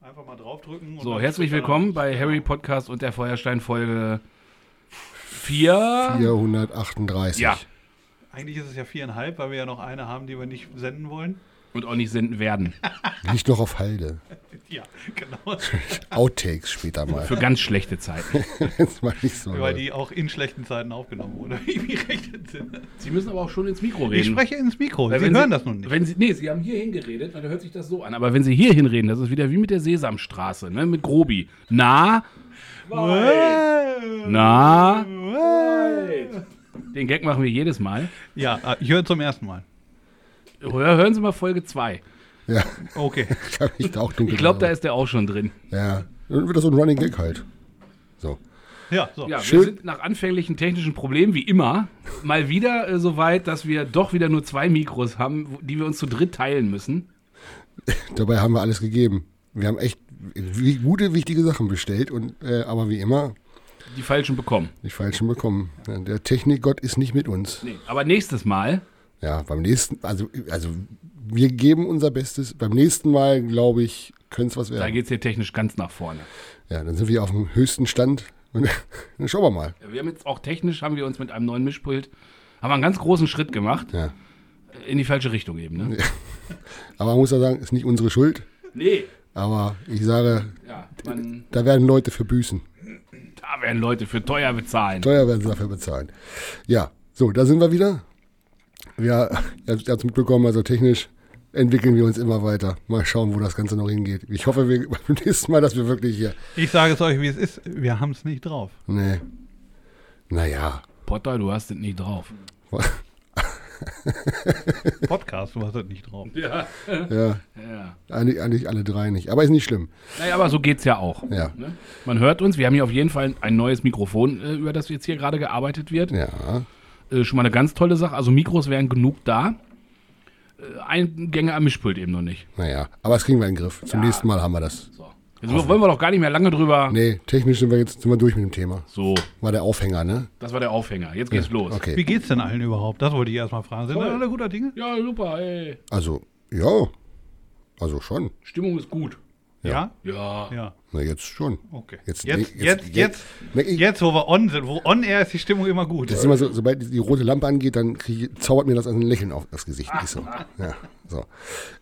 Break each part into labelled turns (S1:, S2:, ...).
S1: Einfach mal draufdrücken.
S2: So, herzlich willkommen
S1: genau.
S2: bei Harry Podcast und der Feuerstein Folge 4.
S3: 438.
S2: Ja.
S1: Eigentlich ist es ja viereinhalb, weil wir ja noch eine haben, die wir nicht senden wollen.
S2: Und auch nicht senden werden.
S3: Nicht noch auf Halde.
S1: Ja, genau.
S3: Outtakes später mal.
S2: Für ganz schlechte Zeiten.
S3: Jetzt mal nicht so. ne?
S1: Weil die auch in schlechten Zeiten aufgenommen wurde. wie die recht sind.
S2: Sie müssen aber auch schon ins Mikro reden.
S1: Ich spreche ins Mikro.
S2: Weil
S1: Sie
S2: wenn
S1: hören das nun nicht.
S2: Wenn Sie, nee, Sie haben hier hingeredet, dann hört sich das so an. Aber wenn Sie hier hinreden, das ist wieder wie mit der Sesamstraße, ne? mit Grobi. Na, na, den Gag machen wir jedes Mal.
S1: Ja, äh, ich höre zum ersten Mal.
S2: Hör- Hören Sie mal Folge 2.
S3: Ja,
S1: Okay.
S3: ich habe mich da auch dunkel.
S2: Ich glaube, da
S3: gemacht.
S2: ist der auch schon drin.
S3: Ja. Dann wird das so ein Running Gag halt. So.
S1: Ja, so.
S2: Ja,
S3: Schön.
S2: wir sind nach anfänglichen technischen Problemen, wie immer, mal wieder äh, so weit, dass wir doch wieder nur zwei Mikros haben, wo- die wir uns zu dritt teilen müssen.
S3: Dabei haben wir alles gegeben. Wir haben echt wie, gute, wichtige Sachen bestellt und äh, aber wie immer
S2: Die falschen bekommen.
S3: die falschen bekommen. Ja, Der Technikgott ist nicht mit uns.
S2: Nee. Aber nächstes Mal,
S3: Ja, beim nächsten, also, also wir geben unser Bestes. Beim nächsten Mal, glaube ich, könnte es was
S2: da
S3: werden.
S2: geht es hier technisch ganz nach vorne.
S3: Ja, dann sind wir auf dem höchsten Stand. Und dann schauen wir mal.
S2: Ja, Wir haben jetzt auch technisch, haben wir uns mit einem neuen Mischpult, haben wir einen ganz großen Schritt gemacht,
S3: Ja.
S2: in die falsche Richtung eben. Ne?
S3: Aber man muss ja sagen, ist nicht unsere Schuld.
S2: Nee.
S3: Aber ich sage,
S2: Ja, man,
S3: da werden Leute für büßen.
S2: da werden Leute für teuer bezahlen.
S3: Teuer werden sie dafür bezahlen. Ja, so, da sind wir wieder. Ja, ihr habt ihr habt's mitbekommen, also technisch entwickeln wir uns immer weiter. Mal schauen, wo das Ganze noch hingeht. Ich hoffe, wir, beim nächsten Mal, dass wir wirklich hier.
S1: Ich sage es euch, wie es ist. Wir haben es nicht drauf.
S3: Nee. Naja.
S2: Potter, du hast es nicht drauf.
S1: Podcast, du hast es nicht drauf.
S2: Ja.
S3: Ja,
S2: ja.
S3: eigentlich, eigentlich alle drei nicht. Aber ist nicht schlimm.
S2: Naja, aber so geht's ja auch.
S3: Ja.
S2: Ne? Man hört uns, wir haben hier auf jeden Fall ein neues Mikrofon, äh, über das jetzt hier gerade gearbeitet wird.
S3: Ja.
S2: Äh, schon mal eine ganz tolle Sache. Also Mikros wären genug da. Äh, Eingänge am Mischpult eben noch nicht.
S3: Naja. Aber das kriegen wir in den Griff. Zum
S2: Ja.
S3: nächsten Mal haben wir das.
S2: So. Jetzt wollen wir doch gar nicht mehr lange drüber.
S3: Nee, technisch sind wir jetzt sind wir durch mit dem Thema.
S2: So,
S3: War der Aufhänger, ne?
S2: das war der Aufhänger. Jetzt geht's los.
S1: Wie
S3: Okay.
S1: geht's denn allen überhaupt? Das wollte ich erstmal fragen. Sind
S2: Toll.
S1: alle guter Dinge?
S2: Ja, super, ey.
S3: Also, ja. Also schon.
S2: Stimmung ist gut.
S1: Ja.
S2: Ja.
S1: Ja.
S3: Na, jetzt schon.
S1: Okay.
S3: Jetzt,
S1: jetzt,
S3: nee,
S1: jetzt, jetzt,
S3: Nee,
S1: jetzt,
S3: ich-
S1: wo wir on sind, wo on air ist, die Stimmung immer gut.
S3: Das ist immer so, sobald die rote Lampe angeht, dann krieg, ich- zaubert mir das ein Lächeln auf das Gesicht. Ist so. Ja, so.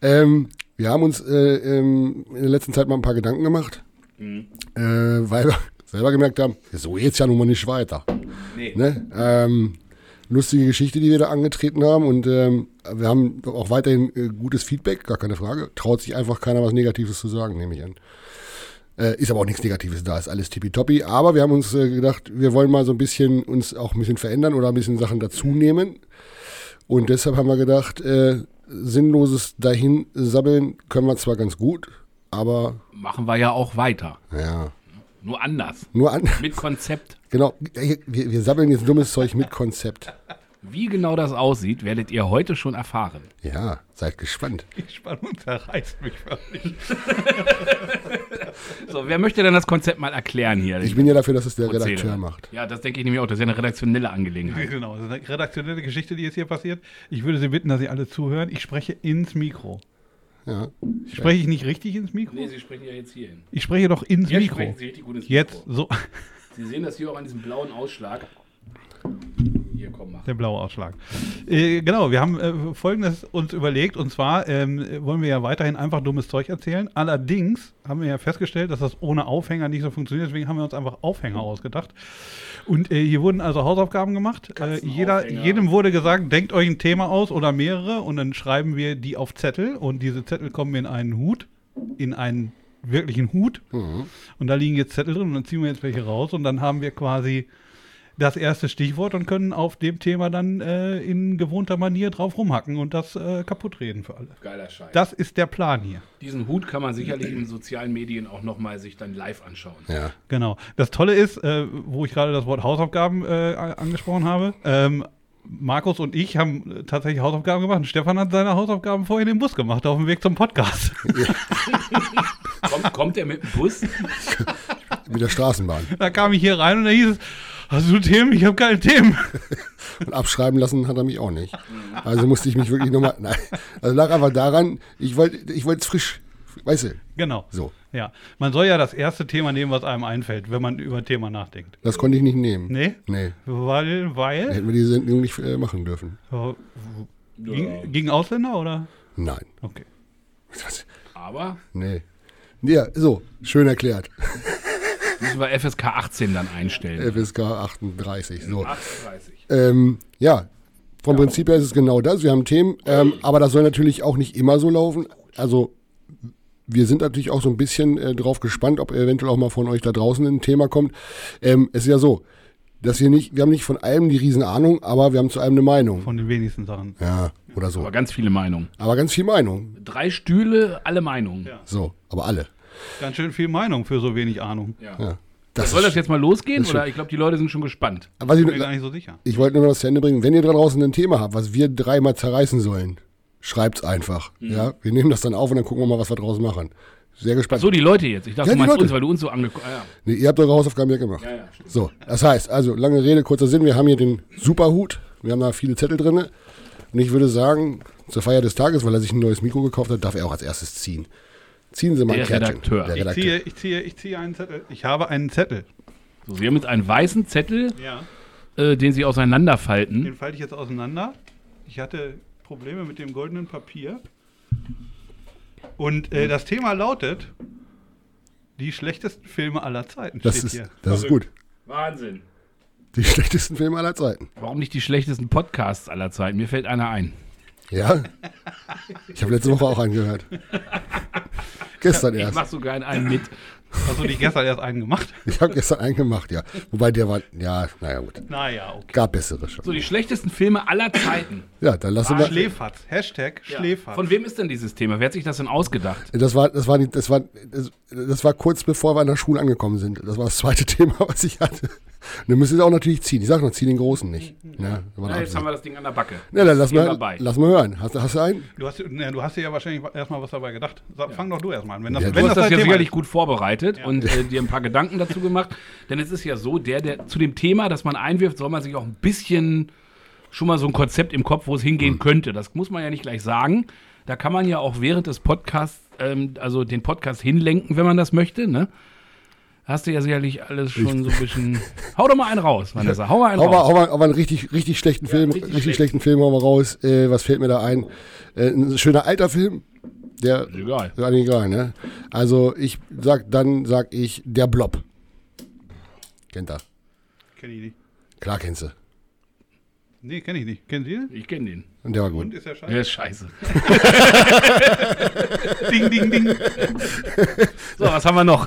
S3: Ähm, wir haben uns äh, ähm, in der letzten Zeit mal ein paar Gedanken gemacht,
S1: Mhm.
S3: äh, weil wir selber gemerkt haben, so geht's ja nun mal nicht weiter.
S2: Nee.
S3: Ne? Ähm, lustige Geschichte, die wir da angetreten haben und ähm, wir haben auch weiterhin äh, gutes Feedback, gar keine Frage. Traut sich einfach keiner was Negatives zu sagen, nehme ich an. Äh, ist aber auch nichts Negatives da, ist alles tippitoppi. Aber wir haben uns äh, gedacht, wir wollen mal so ein bisschen uns auch ein bisschen verändern oder ein bisschen Sachen dazunehmen. Und deshalb haben wir gedacht, äh, sinnloses Dahinsabbeln können wir zwar ganz gut, aber
S2: Machen wir ja auch weiter.
S3: ja,
S2: Nur anders.
S3: nur an.
S2: Mit Konzept.
S3: Genau, wir, wir sabbeln jetzt dummes Zeug mit Konzept.
S2: Wie genau das aussieht, werdet ihr heute schon erfahren.
S3: Ja, seid gespannt.
S1: Die Spannung zerreißt mich förmlich.
S2: So, wer möchte denn das Konzept mal erklären hier?
S3: Ich bin ja dafür, dass es der
S2: Prozedere.
S3: Redakteur macht.
S2: Ja, das denke ich nämlich auch. Das ist ja eine redaktionelle Angelegenheit.
S1: Genau, das ist eine redaktionelle Geschichte, die jetzt hier passiert. Ich würde Sie bitten, dass Sie alle zuhören. Ich spreche ins Mikro.
S3: Ja.
S1: Spreche ich nicht richtig ins Mikro?
S2: Nee, Sie sprechen ja jetzt hier hin.
S1: Ich spreche doch ins
S2: Jetzt
S1: Mikro.
S2: sprechen Sie richtig gut ins
S1: Jetzt
S2: Mikro.
S1: so.
S2: Sie sehen das hier auch an diesem blauen Ausschlag. Hier, komm, mach.
S1: Der blaue Ausschlag. Äh, genau, wir haben äh, Folgendes uns überlegt. Und zwar ähm, äh, wollen wir ja weiterhin einfach dummes Zeug erzählen. Allerdings haben wir ja festgestellt, dass das ohne Aufhänger nicht so funktioniert. Deswegen haben wir uns einfach Aufhänger ausgedacht. Und äh, hier wurden also Hausaufgaben gemacht. Äh, jeder,
S2: Katzenaufhänger.
S1: jedem wurde gesagt, denkt euch ein Thema aus oder mehrere. Und dann schreiben wir die auf Zettel. Und diese Zettel kommen in einen Hut. In einen wirklichen Hut. Und da liegen jetzt Zettel drin. Und dann ziehen wir jetzt welche raus. Und dann haben wir quasi das erste Stichwort und können auf dem Thema dann äh, in gewohnter Manier drauf rumhacken und das äh, kaputt reden für alle.
S2: Geiler Scheiß.
S1: Das ist der Plan hier.
S2: Diesen Hut kann man sicherlich in sozialen Medien auch nochmal sich dann live anschauen.
S3: Ja.
S1: Genau. Das Tolle ist, äh, wo ich gerade das Wort Hausaufgaben äh, a- angesprochen habe. Ähm, Markus und ich haben äh, tatsächlich Hausaufgaben gemacht. Und Stefan hat seine Hausaufgaben vorhin im Bus gemacht, auf dem Weg zum Podcast.
S2: Kommt, kommt er mit dem Bus?
S3: Mit der Straßenbahn.
S1: da kam ich hier rein und da hieß es, hast du Themen? Ich habe keine Themen.
S3: Und abschreiben lassen hat er mich auch nicht. Also musste ich mich wirklich nochmal. Nein. Also lag einfach daran, ich wollte ich es frisch. Weißt du,
S1: genau.
S3: so.
S1: Ja, man soll ja das erste Thema nehmen, was einem einfällt, wenn man über ein Thema nachdenkt.
S3: Das konnte ich nicht nehmen.
S1: Nee?
S3: Nee.
S1: Weil, weil,
S3: Hätten wir die Sendung nicht äh, machen dürfen.
S1: äh, gegen, gegen Ausländer oder?
S3: Nein.
S1: Okay.
S3: Was?
S2: Aber
S3: Nee. Ja, so, schön erklärt.
S2: müssen wir FSK 18 dann einstellen.
S3: FSK 38. So.
S2: 38.
S3: Ähm, ja, vom Prinzip her ist es genau das. Wir haben Themen, ähm, aber das soll natürlich auch nicht immer so laufen. Also wir sind natürlich auch so ein bisschen äh, drauf gespannt, ob eventuell auch mal von euch da draußen ein Thema kommt. Ähm, es ist ja so, dass wir nicht, wir haben nicht von allem die Riesenahnung, aber wir haben zu allem eine Meinung.
S1: Von den wenigsten Sachen.
S3: Ja, oder so.
S2: Aber ganz viele Meinungen.
S3: Aber ganz viel Meinung.
S2: Drei Stühle, alle Meinungen.
S1: Ja.
S3: So, aber alle.
S1: Ganz schön viel Meinung für so wenig Ahnung.
S2: Ja.
S3: Ja. Das
S2: Soll
S3: ist-
S2: das jetzt mal losgehen?
S3: ist
S2: Oder ich glaube, die Leute sind schon gespannt.
S3: was ich,
S1: Bin mir gar nicht so sicher.
S3: Ich wollte nur noch das zu Ende bringen. Wenn ihr da draußen ein Thema habt, was wir dreimal zerreißen sollen, schreibt's einfach.
S2: Mhm.
S3: Ja, wir nehmen das dann auf und dann gucken wir mal, was wir draus machen. Sehr gespannt.
S2: So, die Leute jetzt. Ich dachte,
S3: Ja,
S2: du
S3: die
S2: meinst
S3: Leute.
S2: uns, weil du uns so angeguckt hast. Ah,
S3: Nee, ihr habt eure Hausaufgaben ja gemacht. So, das heißt, also lange Rede, kurzer Sinn. Wir haben hier den Superhut. Wir haben da viele Zettel drinne. Und ich würde sagen, zur Feier des Tages, weil er sich ein neues Mikro gekauft hat, darf er auch als erstes ziehen. Ziehen Sie mal
S2: Der
S3: ein Kärtchen.
S2: Redakteur.
S3: Der
S1: Ich
S2: Ich
S3: Redakteur.
S1: ziehe, ich ziehe, ich ziehe einen Zettel. Ich habe einen Zettel.
S2: ja. so, wir haben jetzt einen weißen Zettel,
S1: Ja.
S2: äh, den sie auseinanderfalten.
S1: Den falte ich jetzt auseinander. Ich hatte Probleme mit dem goldenen Papier. Und
S2: Hm.
S1: äh, das Thema lautet die schlechtesten Filme aller Zeiten.
S3: Das,
S1: steht
S3: ist,
S1: hier.
S3: das ist gut.
S2: Wahnsinn.
S3: Die schlechtesten Filme aller Zeiten.
S2: Warum nicht die schlechtesten Podcasts aller Zeiten? Mir fällt einer ein.
S3: Ja? Ich habe letzte Woche auch angehört. Gestern
S2: Ich
S3: erst.
S2: mach sogar in einen mit.
S1: Hast du Also, die gestern erst einen gemacht?
S3: Ich habe gestern einen gemacht, ja. Wobei der war, ja, naja gut,
S1: Naja, okay.
S3: gab bessere schon.
S2: So, die schlechtesten Filme aller Zeiten.
S3: Ja, dann lassen wir.
S1: Schläfatz. Hashtag
S2: Ja.
S1: Schläfatz.
S2: Von wem ist denn dieses Thema? Wer hat sich das denn ausgedacht?
S3: Das war, das war, die, das war, das, das war kurz bevor wir an der Schule angekommen sind. Das war das zweite Thema, was ich hatte. Und dann müssen sie auch natürlich ziehen. Ich sag noch, zieh den Großen nicht. Ja, das war
S2: Na,
S3: eine
S2: Mhm. jetzt haben
S3: Absicht.
S2: wir das Ding an der Backe.
S3: Na, dann lass
S2: Hier
S3: mal,
S2: dabei.
S3: lass mal hören. Hast, du- hast du einen?
S1: Du hast, na, du hast dir ja wahrscheinlich erstmal was dabei gedacht. Sag, Fang doch du erstmal an. Wenn das,
S3: Ja, du
S2: Du
S1: wenn
S2: hast das
S1: dein
S2: ja
S1: Thema
S2: sicherlich
S1: ist.
S2: gut vorbereitet und äh, dir ein paar Gedanken dazu gemacht. Denn es ist ja so, der, der zu dem Thema, das man einwirft, soll man sich auch ein bisschen schon mal so ein Konzept im Kopf, wo es hingehen könnte. Das muss man ja nicht gleich sagen. Da kann man ja auch während des Podcasts, ähm, also den Podcast hinlenken, wenn man das möchte. Ne? Hast du ja sicherlich alles schon so ein bisschen. Hau doch mal einen raus, Vanessa. Hau mal einen
S3: Hau mal,
S2: raus.
S3: hau mal, hau mal einen richtig, richtig schlechten Film, richtig,
S2: Genau. richtig schlecht.
S3: schlechten Film hau mal raus. Äh, was fällt mir da ein? Äh, ein schöner alter Film. Der,
S2: Egal.
S3: Ja, nee, egal, ne? Also ich sag, dann sag ich der Blob. Kennt er.
S1: Kenn ich nicht.
S3: Klar kennst du.
S1: Nee, kenn ich nicht. Kennen Sie den?
S2: Ich kenne den.
S3: Und der war
S1: Und
S3: gut.
S1: ist ja scheiße.
S2: Der ist scheiße.
S1: Ding, ding, ding.
S2: So, was haben wir noch?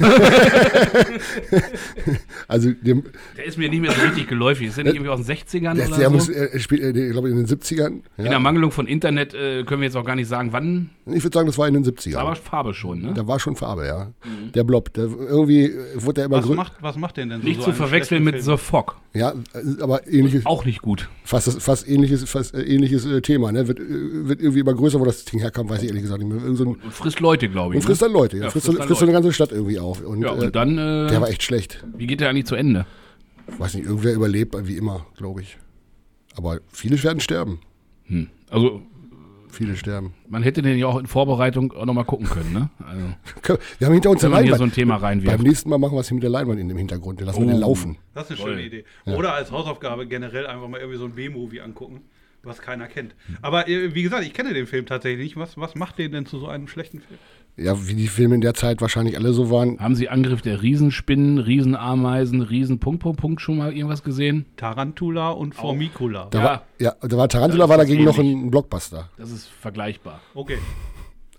S3: Also dem,
S2: Der ist mir nicht mehr so richtig geläufig. Ist der nicht irgendwie aus den 60ern
S3: der,
S2: oder
S3: der
S2: so?
S3: muss, er er spielt, äh, glaube ich, in den 70ern.
S2: In der
S3: Ja.
S2: Mangelung von Internet äh, können wir jetzt auch gar nicht sagen, wann.
S3: Ich würde sagen, das war in den
S2: Aber Mhm.
S3: 70ern.
S2: Farbe schon, ne?
S3: Da war schon Farbe, ja. Der Blob, der, irgendwie äh, wurde der immer
S1: Was
S3: größer.
S1: macht, was macht denn denn so
S2: Nicht
S1: so
S2: zu
S1: einen
S2: verwechseln mit
S1: schlechten
S2: The Fog.
S3: Ja, äh, aber ähnliches,
S2: Auch nicht gut.
S3: fast, das- fast ähnliches, fast äh, ähnliches äh, Thema, ne? Wird, äh, wird irgendwie immer größer, wo das Ding herkam, weiß ich ehrlich gesagt nicht mehr. Irgend so ein,
S2: Und frisst Leute, glaube
S3: und
S2: ich.
S3: frisst
S2: Ne?
S3: dann Leute, ja.
S2: Ja,
S3: frisst,
S2: frisst
S3: so-
S2: dann
S3: frisst so eine ganze Stadt irgendwie auf. Und,
S2: Ja,
S3: äh,
S2: und dann,
S3: der war
S2: äh,
S3: echt schlecht.
S2: wie geht der eigentlich zu Ende?
S3: Weiß nicht, irgendwer überlebt, wie immer, glaube ich. Aber viele werden sterben.
S2: Hm. Also,
S3: Viele sterben.
S2: man hätte den ja auch in Vorbereitung auch nochmal gucken können, ne? Also,
S3: Wir haben hinter uns
S2: wenn
S3: eine
S2: man hier so
S3: Leinwand.
S2: ein Thema
S3: Beim
S2: reinwirft.
S3: nächsten Mal machen wir es hier mit der Leinwand in dem Hintergrund. Den lassen wir den
S2: Oh.
S3: laufen.
S1: Das ist eine
S2: Toll.
S1: schöne Idee. Oder als Hausaufgabe generell einfach mal irgendwie so ein B-Movie angucken, was keiner kennt. Aber äh, wie gesagt, ich kenne den Film tatsächlich nicht. Was, was macht den denn zu so einem schlechten Film?
S3: Ja, wie die Filme in der Zeit wahrscheinlich alle so waren.
S2: Haben Sie Angriff der Riesenspinnen, Riesenameisen, Riesen Punkt, Punkt, Punkt schon mal irgendwas gesehen?
S1: Tarantula und Formicula.
S3: Da
S2: Ja.
S3: war, ja, da war Tarantula
S2: Das
S3: war
S2: ist
S3: dagegen noch
S2: ähnlich.
S3: ein Blockbuster.
S2: Das ist vergleichbar.
S1: Okay.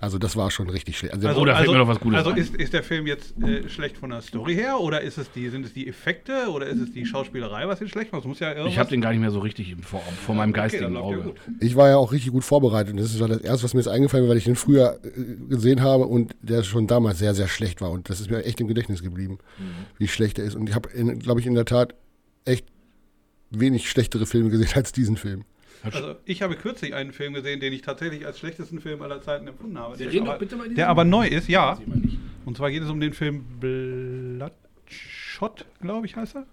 S3: Also das war schon richtig schlecht. Also,
S2: Oh, da fällt mir noch was Gutes
S1: Also
S2: ein.
S1: ist, ist der Film jetzt äh, schlecht von der Story her? Oder ist es die, sind es die Effekte? Oder ist es die Schauspielerei, was ihn schlecht macht? Es muss ja irgendwas...
S2: Ich habe den gar nicht mehr so richtig im- vor, vor meinem
S1: okay, dann
S2: geistigen
S1: läuft der
S2: Auge.
S1: gut.
S3: ich war ja auch richtig gut vorbereitet. Und das war das Erste, was mir jetzt eingefallen ist, weil ich den früher äh, gesehen habe und der schon damals sehr, sehr schlecht war. Und das ist mir echt im Gedächtnis geblieben, wie schlecht er ist. Und ich habe, glaube ich, in der Tat echt wenig schlechtere Filme gesehen als diesen Film.
S1: Also ich habe kürzlich einen Film gesehen, den ich tatsächlich als schlechtesten Film aller Zeiten empfunden habe. Der,
S2: reden doch
S1: aber,
S2: bitte mal in
S1: der
S2: diesem-
S1: aber neu ist, ja.
S2: Sieht man nicht.
S1: Und zwar geht es um den Film Bloodshot, glaube ich, heißt er.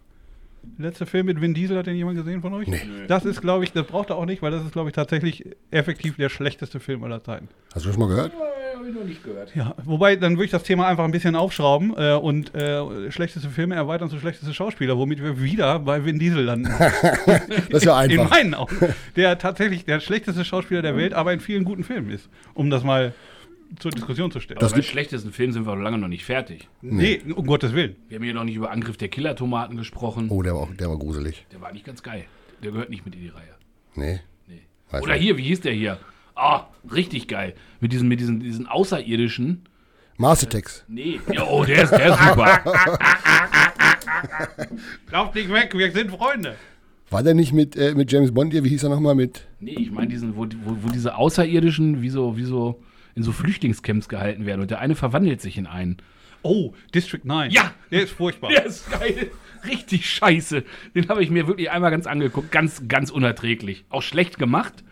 S1: Letzter Film mit Vin Diesel, hat den jemand gesehen von euch?
S3: Nee.
S1: Das ist, glaube ich, das braucht er auch nicht, weil das ist, glaube ich, tatsächlich effektiv der schlechteste Film aller Zeiten.
S3: Hast du das schon mal gehört?
S2: Ja, hab habe ich noch nicht gehört.
S1: Ja, wobei, dann würde ich das Thema einfach ein bisschen aufschrauben äh, und äh, schlechteste Filme erweitern zu schlechteste Schauspieler, womit wir wieder bei Vin Diesel landen.
S3: Das ist ja
S1: In
S3: einfach.
S1: meinen Augen. Der tatsächlich der schlechteste Schauspieler der Welt, aber in vielen guten Filmen ist. Um das mal zur Diskussion zu stellen.
S2: Das Bei schlechtesten Film sind wir noch lange noch nicht fertig.
S1: nee, um Gottes Willen.
S2: Wir haben hier noch nicht über Angriff der Killertomaten gesprochen.
S3: Oh, der war, auch, der war gruselig.
S2: Der war nicht ganz geil. Der gehört nicht mit in die Reihe.
S3: Nee.
S2: Nee.
S3: Weiß
S2: Oder
S3: nicht.
S2: hier, wie hieß der hier? Ah, richtig geil. Mit diesen, mit diesen, diesen Außerirdischen.
S3: Mars Attacks.
S2: Nee. Ja, oh, der ist, der ist super.
S1: Lauf nicht weg, wir sind Freunde.
S3: War der nicht mit, äh, mit James Bond hier? Wie hieß er nochmal mit?
S2: Nee, ich meine diesen, wo, wo, wo diese Außerirdischen wie so, wie so in so Flüchtlingscamps gehalten werden und der eine verwandelt sich in einen.
S1: Oh, District 9.
S2: Ja!
S1: Der ist furchtbar.
S2: Der ist geil. Richtig scheiße. Den habe ich mir wirklich einmal ganz angeguckt. Ganz, ganz unerträglich. Auch schlecht gemacht.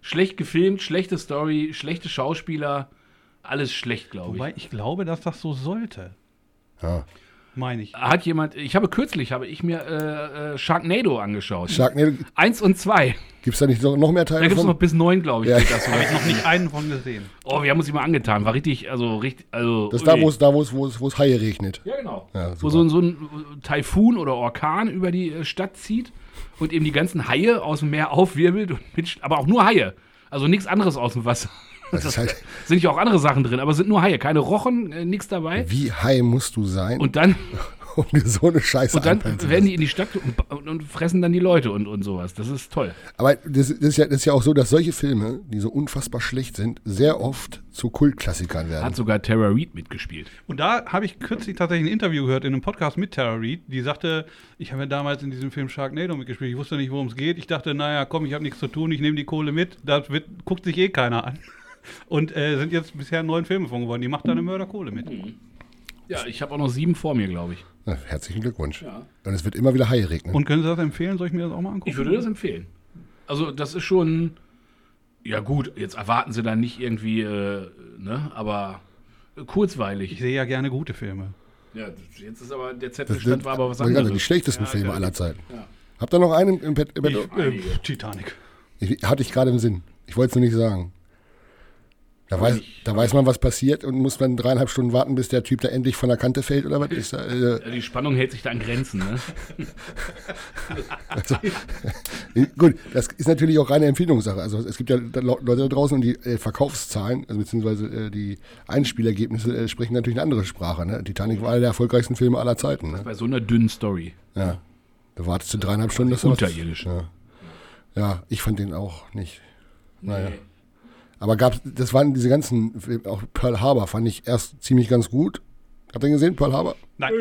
S2: Schlecht gefilmt, schlechte Story, schlechte Schauspieler. Alles schlecht, glaube
S1: Wobei
S2: ich.
S1: ich glaube, dass das so sollte.
S3: Ja.
S1: Meine ich.
S2: Hat jemand, ich habe kürzlich, habe ich mir äh, äh, Sharknado angeschaut.
S3: Sharknado.
S2: Eins und zwei.
S3: Gibt es da nicht noch noch mehr Teile
S2: Da gibt es
S3: von?
S2: noch bis neun, glaube ich.
S3: Ja.
S2: geht das so.
S1: Habe ich noch nicht einen von gesehen.
S2: Oh, wir haben uns immer angetan. War richtig, also richtig, also.
S3: das ist da,
S2: ui.
S3: wo es da, wo's, wo's, wo's Haie regnet.
S2: Ja, genau.
S3: Ja,
S2: Wo
S3: super.
S2: so, ein- so ein Taifun oder Orkan über die äh, Stadt zieht und eben die ganzen Haie aus dem Meer aufwirbelt, und mit, Sch- aber auch nur Haie. Also nichts anderes aus dem Wasser.
S3: Das ist halt,
S2: Sind ja auch andere Sachen drin, aber es sind nur Haie, keine Rochen, äh, nichts dabei.
S3: wie high musst du sein,
S2: Und dann,
S3: um dir so eine Scheiße
S2: und dann
S3: anpeilen zu
S2: werden die in die Stadt und, und, und fressen dann die Leute und, und sowas. Das ist toll.
S3: Aber das, das, ist ja, das ist ja auch so, dass solche Filme, die so unfassbar schlecht sind, sehr oft zu Kultklassikern werden.
S2: Hat sogar Tara Reid mitgespielt.
S1: Und da habe ich kürzlich tatsächlich ein Interview gehört in einem Podcast mit Tara Reid, die sagte, ich habe ja damals in diesem Film Sharknado mitgespielt, ich wusste nicht, worum es geht. Ich dachte, naja, komm, ich habe nichts zu tun, ich nehme die Kohle mit, das wird, guckt sich eh keiner an. Und äh, sind jetzt bisher neun Filme von geworden, die macht da eine Mörderkohle mit.
S2: Ja, ich habe auch noch sieben vor mir, glaube ich.
S3: Na, herzlichen Glückwunsch. Und es wird immer wieder Haie regnen.
S1: Und können Sie das empfehlen? Soll ich mir das auch mal angucken?
S2: Ich würde das empfehlen. Also, das ist schon. Ja, gut, jetzt erwarten sie dann nicht irgendwie, äh, ne, aber
S1: ich
S2: kurzweilig.
S1: sehe ja gerne gute Filme.
S2: Ja, jetzt ist aber der
S3: das
S2: Zettelstand war aber was
S3: waren gerade Die
S2: anderes.
S3: schlechtesten
S2: Ja,
S3: Filme
S2: okay.
S3: aller Zeiten.
S2: Ja.
S3: Habt ihr noch einen im Bett? Im
S1: Ich,
S3: Bett?
S1: äh,
S2: einige.
S1: Titanic.
S3: Ich, hatte ich gerade im Sinn. Ich wollte es nur nicht sagen. Da weiß, da weiß man, was passiert und muss dann dreieinhalb Stunden warten, bis der Typ da endlich von der Kante fällt oder was? Ist da, äh,
S2: Ja, die Spannung hält sich da an Grenzen, ne?
S3: also, gut, das ist natürlich auch reine Empfindungssache. Also es gibt ja da lau- Leute da draußen und die äh, Verkaufszahlen, also beziehungsweise äh, die Einspielergebnisse äh, sprechen natürlich eine andere Sprache. Ne? Titanic war einer der erfolgreichsten Filme aller Zeiten. Ne?
S2: Bei so einer dünnen Story.
S3: Ja. Da wartest du dreieinhalb Stunden, dass du was-
S2: Unterirdisch.
S3: Ja. ja, ich fand den auch nicht. Naja. Aber gab's, das waren diese ganzen, Filme, auch Pearl Harbor fand ich erst ziemlich ganz gut. Habt ihr den gesehen, Pearl Harbor?
S1: Nein,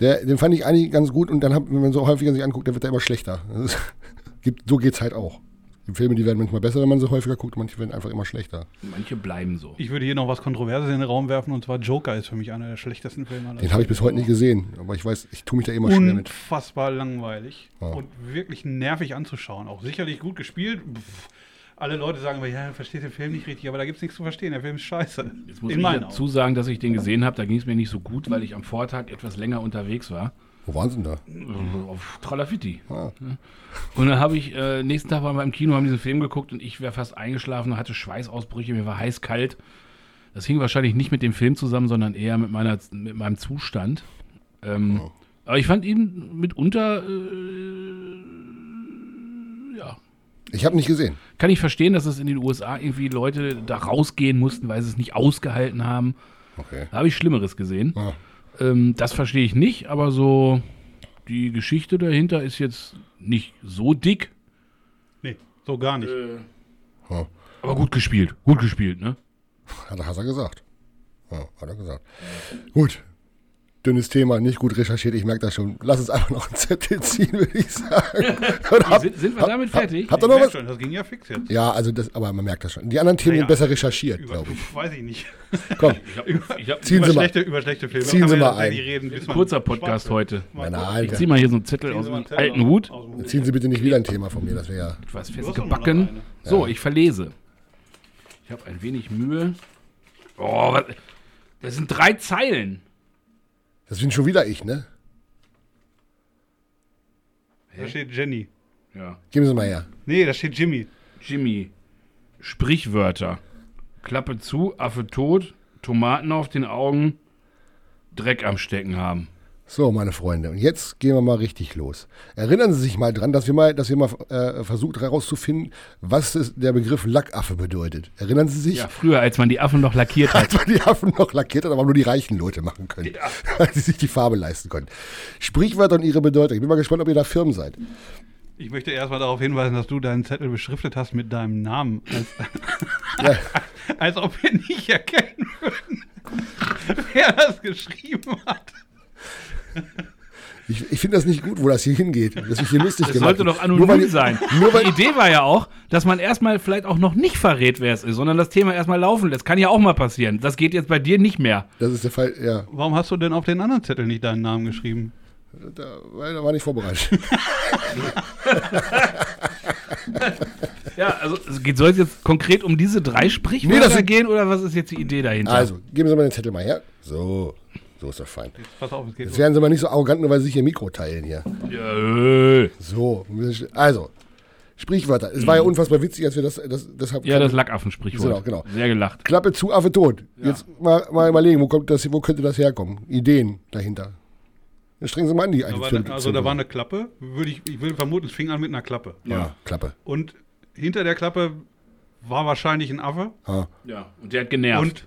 S3: Der, den fand ich eigentlich ganz gut und dann, hab, wenn man so häufiger sich anguckt, dann wird er immer schlechter. Das ist, gibt, so geht's halt auch. Die Filme, die werden manchmal besser, wenn man sie häufiger guckt, manche werden einfach immer schlechter.
S2: Manche bleiben so.
S1: ich würde hier noch was Kontroverses in den Raum werfen und zwar Joker ist für mich einer der schlechtesten Filme aller
S3: Den habe ich bis heute nicht gesehen, aber ich weiß, ich tue mich da immer schwer mit.
S1: unfassbar langweilig
S3: Ja.
S1: und wirklich nervig anzuschauen. Auch sicherlich gut gespielt. Pff, alle Leute sagen immer, ja, versteht den Film nicht richtig, aber da gibt es nichts zu verstehen. Der Film ist scheiße.
S2: Jetzt muss
S1: In
S2: ich
S1: meinen
S2: dazu sagen, dass ich den gesehen habe, da ging es mir nicht so gut, weil ich am Vortag etwas länger unterwegs war.
S3: Wo waren sie denn da?
S2: Auf Tralafitti.
S3: Ah.
S2: Und dann habe ich, äh, nächsten Tag waren wir im Kino, haben diesen Film geguckt und ich wäre fast eingeschlafen, hatte Schweißausbrüche, mir war heiß kalt. Das hing wahrscheinlich nicht mit dem Film zusammen, sondern eher mit, meiner, mit meinem Zustand. Ähm, Aber ich fand ihn mitunter, äh, ja,
S3: Ich habe nicht gesehen.
S2: kann ich verstehen, dass es in den USA irgendwie Leute da rausgehen mussten, weil sie es nicht ausgehalten haben.
S3: Okay.
S2: Da habe ich Schlimmeres gesehen.
S3: Ah.
S2: Ähm, das verstehe ich nicht, aber so die Geschichte dahinter ist jetzt nicht so dick.
S1: Nee, so gar nicht.
S3: Ah.
S2: Aber gut gespielt, gut gespielt, ne?
S3: Hat, hat er gesagt. Ja, hat er gesagt. Gut. Dünnes Thema, nicht gut recherchiert, ich merke das schon. Lass uns einfach noch einen Zettel ziehen, würde ich sagen. Und hab,
S2: Sind, sind wir damit fertig?
S3: habt ihr
S1: Ich
S3: noch
S1: merk
S3: was?
S1: schon, das ging ja fix jetzt.
S3: Ja, also das, aber man merkt das schon. Die anderen Themen
S1: Naja.
S3: sind besser recherchiert,
S1: Über,
S3: glaube ich.
S1: weiß ich nicht.
S3: Komm,
S2: ich hab,
S3: ziehen
S1: über,
S3: Sie mal.
S1: schlechte, über schlechte Filme.
S3: Ziehen
S1: kann
S3: Sie
S1: man
S3: mal
S1: ja tatsächlich
S3: ein.
S1: Reden, bis man
S2: kurzer Podcast
S1: schwach wird.
S2: heute.
S1: Mal
S3: Na,
S1: kurz.
S3: Alter.
S2: Ich zieh mal hier so einen Zettel
S1: Ziehen
S2: aus
S1: Sie mal einen
S2: dem
S1: Zettel
S2: alten
S1: aus-
S2: Hut.
S1: aus dem Hut.
S3: Ziehen Sie bitte nicht wieder ein Thema von mir, das wäre ja.
S2: Etwas
S1: hast doch noch
S2: festgebacken.
S1: eine.
S2: So, ich verlese. Ich habe ein wenig Mühe. Oh, was? Das sind drei Zeilen.
S3: Das bin schon wieder ich, ne?
S1: Da steht Jenny.
S2: Ja.
S3: Geben Sie mal her.
S1: Nee, da steht Jimmy.
S2: Jimmy. Sprichwörter. Klappe zu, Affe tot, Tomaten auf den Augen, Dreck am Stecken haben.
S3: So, meine Freunde, und jetzt gehen wir mal richtig los. Erinnern Sie sich mal dran, dass wir mal, dass wir mal äh, versucht herauszufinden, was es, der Begriff Lackaffe bedeutet. Erinnern Sie sich?
S2: Ja, früher, als man die Affen noch lackiert hat.
S3: Als man die Affen noch lackiert hat, aber nur die reichen Leute machen können, weil sie sich die Farbe leisten konnten. Sprichwörter und ihre Bedeutung. Ich bin mal gespannt, ob ihr da Firmen seid.
S1: Ich möchte erstmal darauf hinweisen, dass du deinen Zettel beschriftet hast mit deinem Namen. Als, als ob wir nicht erkennen würden, wer das geschrieben hat.
S3: Ich, ich finde das nicht gut, wo das hier hingeht. Das ist hier lustig
S2: Das
S3: gemacht.
S2: sollte doch
S3: Nur weil
S2: anonym
S3: ihr-
S2: sein.
S3: Nur weil,
S2: Die Idee war ja auch, dass man erstmal vielleicht auch noch nicht verrät, wer es ist, sondern das Thema erstmal laufen lässt. Kann ja auch mal passieren. Das geht jetzt bei dir nicht mehr.
S3: das ist der Fall, ja.
S1: Warum hast du denn auf den anderen Zettel nicht deinen Namen geschrieben?
S3: Da, weil da war nicht vorbereitet.
S2: Ja, also es geht- soll es jetzt konkret um diese drei
S3: Nee,
S2: Sprichwörter
S3: das-
S2: gehen oder was ist jetzt die Idee dahinter?
S3: Also, geben Sie mal den Zettel mal her. So, so ist doch fein.
S1: Pass auf, es geht
S3: Jetzt
S1: los.
S3: werden Sie mal nicht so arrogant, nur weil Sie sich Ihr Mikro teilen hier.
S2: Ja, äh.
S3: So, also, Sprichwörter. Es war ja unfassbar witzig, als wir das, das, das haben.
S2: ja das Lackaffensprichwort.
S3: Genau, genau.
S2: Sehr gelacht.
S3: Klappe zu, Affe tot. Jetzt mal, mal überlegen, wo, kommt das, wo könnte das herkommen? Ideen dahinter. Dann strengen Sie mal an, die
S1: Da war
S3: Film-
S1: eine, also da war
S3: Zuhörer.
S1: eine Klappe. Würde ich, ich würde vermuten, es fing an mit einer Klappe.
S3: ja. Klappe.
S1: Und hinter der Klappe war wahrscheinlich ein Affe.
S3: Ah,
S2: Ja, und der hat genervt. Und,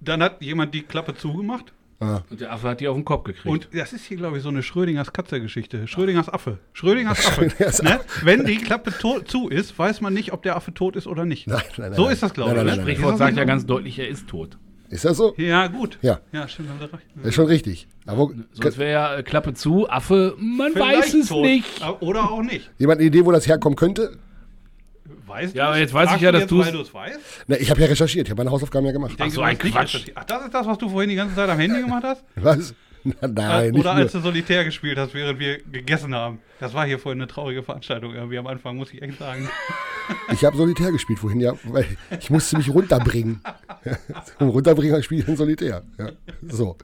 S1: Und dann hat jemand die Klappe zugemacht.
S3: ah.
S2: der Affe hat die auf den Kopf gekriegt.
S1: Und das ist hier, glaube ich, so eine Schrödingers Katze-Geschichte. Schrödingers Affe. Schrödingers Affe.
S3: Schrödingers
S1: ne? Wenn die Klappe to- zu ist, weiß man nicht, ob der Affe tot ist oder nicht.
S3: Nein, nein, nein,
S1: so
S3: nein.
S1: ist das, glaube ich.
S3: Nein, nein,
S1: ne?
S3: nein, nein.
S1: Ist das
S2: Sprichwort sagt
S1: nicht
S2: ja
S1: so?
S2: ganz deutlich, er ist tot.
S3: Ist das so?
S1: Ja, gut.
S3: Ja.
S1: Ja, stimmt, haben Sie recht.
S3: Das ist schon richtig. Aber
S1: ne,
S2: Sonst wäre ja äh, Klappe zu, Affe, man weiß
S1: Vielleicht
S2: es
S1: tot,
S2: nicht.
S1: aber- Oder auch nicht.
S3: jemand eine Idee, wo das herkommen könnte?
S1: Weißt
S2: Ja, aber
S1: du's?
S2: jetzt weiß ich
S1: Fragst
S2: ja,
S1: du
S2: dass
S1: jetzt,
S2: du's-
S1: Weil du es weißt?
S3: Na, ich habe ja recherchiert, ich habe meine Hausaufgaben ja gemacht.
S2: Ach so,
S1: du
S2: ein
S1: hast nicht
S2: Quatsch.
S1: recherchiert. Ach, das ist das, was du vorhin die ganze Zeit am Handy gemacht hast?
S3: Was? Na, nein, nicht
S1: Oder als
S3: nur.
S1: du Solitär gespielt hast, während wir gegessen haben. Das war hier vorhin eine traurige Veranstaltung irgendwie am Anfang, muss ich echt sagen.
S3: Ich habe Solitär gespielt vorhin, ja, weil ich musste mich runterbringen. Zum Runterbringen spiele ich dann Solitär. Ja. So.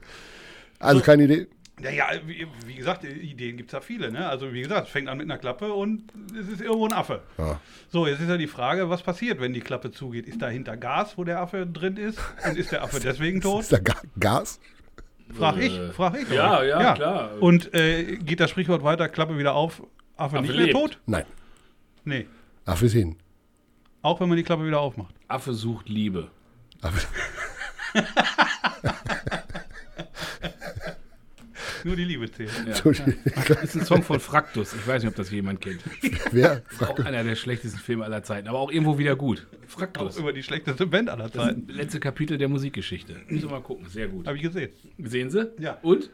S3: Also keine Idee.
S1: Naja, wie, wie gesagt, Ideen gibt es ja viele. Ne? Also wie gesagt, es fängt an mit einer Klappe und es ist irgendwo ein Affe.
S3: Ja.
S1: So, jetzt ist ja die Frage, was passiert, wenn die Klappe zugeht? Ist dahinter Gas, wo der Affe drin ist? Und ist der Affe deswegen tot?
S3: Ist da Ga Gas?
S1: Frag ich, frag ich.
S2: äh, Ja,
S1: euch.
S2: ja, klar.
S1: Und äh, geht das Sprichwort weiter, Klappe wieder auf, Affe,
S2: Affe
S1: nicht mehr
S2: lebt.
S1: tot?
S3: Nein.
S1: Nee,
S3: Affe ist hin.
S1: auch wenn man die Klappe wieder aufmacht.
S2: Affe sucht Liebe.
S3: Affe.
S1: Nur die Liebe zählt.
S2: Ja.
S3: So,
S2: Ist ein Song von Fraktus. Ich weiß nicht, ob das jemand kennt.
S3: Wer?
S2: Auch einer der schlechtesten Filme aller Zeiten, aber auch irgendwo wieder gut. Fraktus.
S1: Über die schlechteste Band aller
S2: Das
S1: Zeiten.
S2: letzte Kapitel der Musikgeschichte. Müssen wir mal gucken. Sehr gut.
S1: Habe ich gesehen.
S2: Sehen Sie?
S1: Ja.
S2: Und?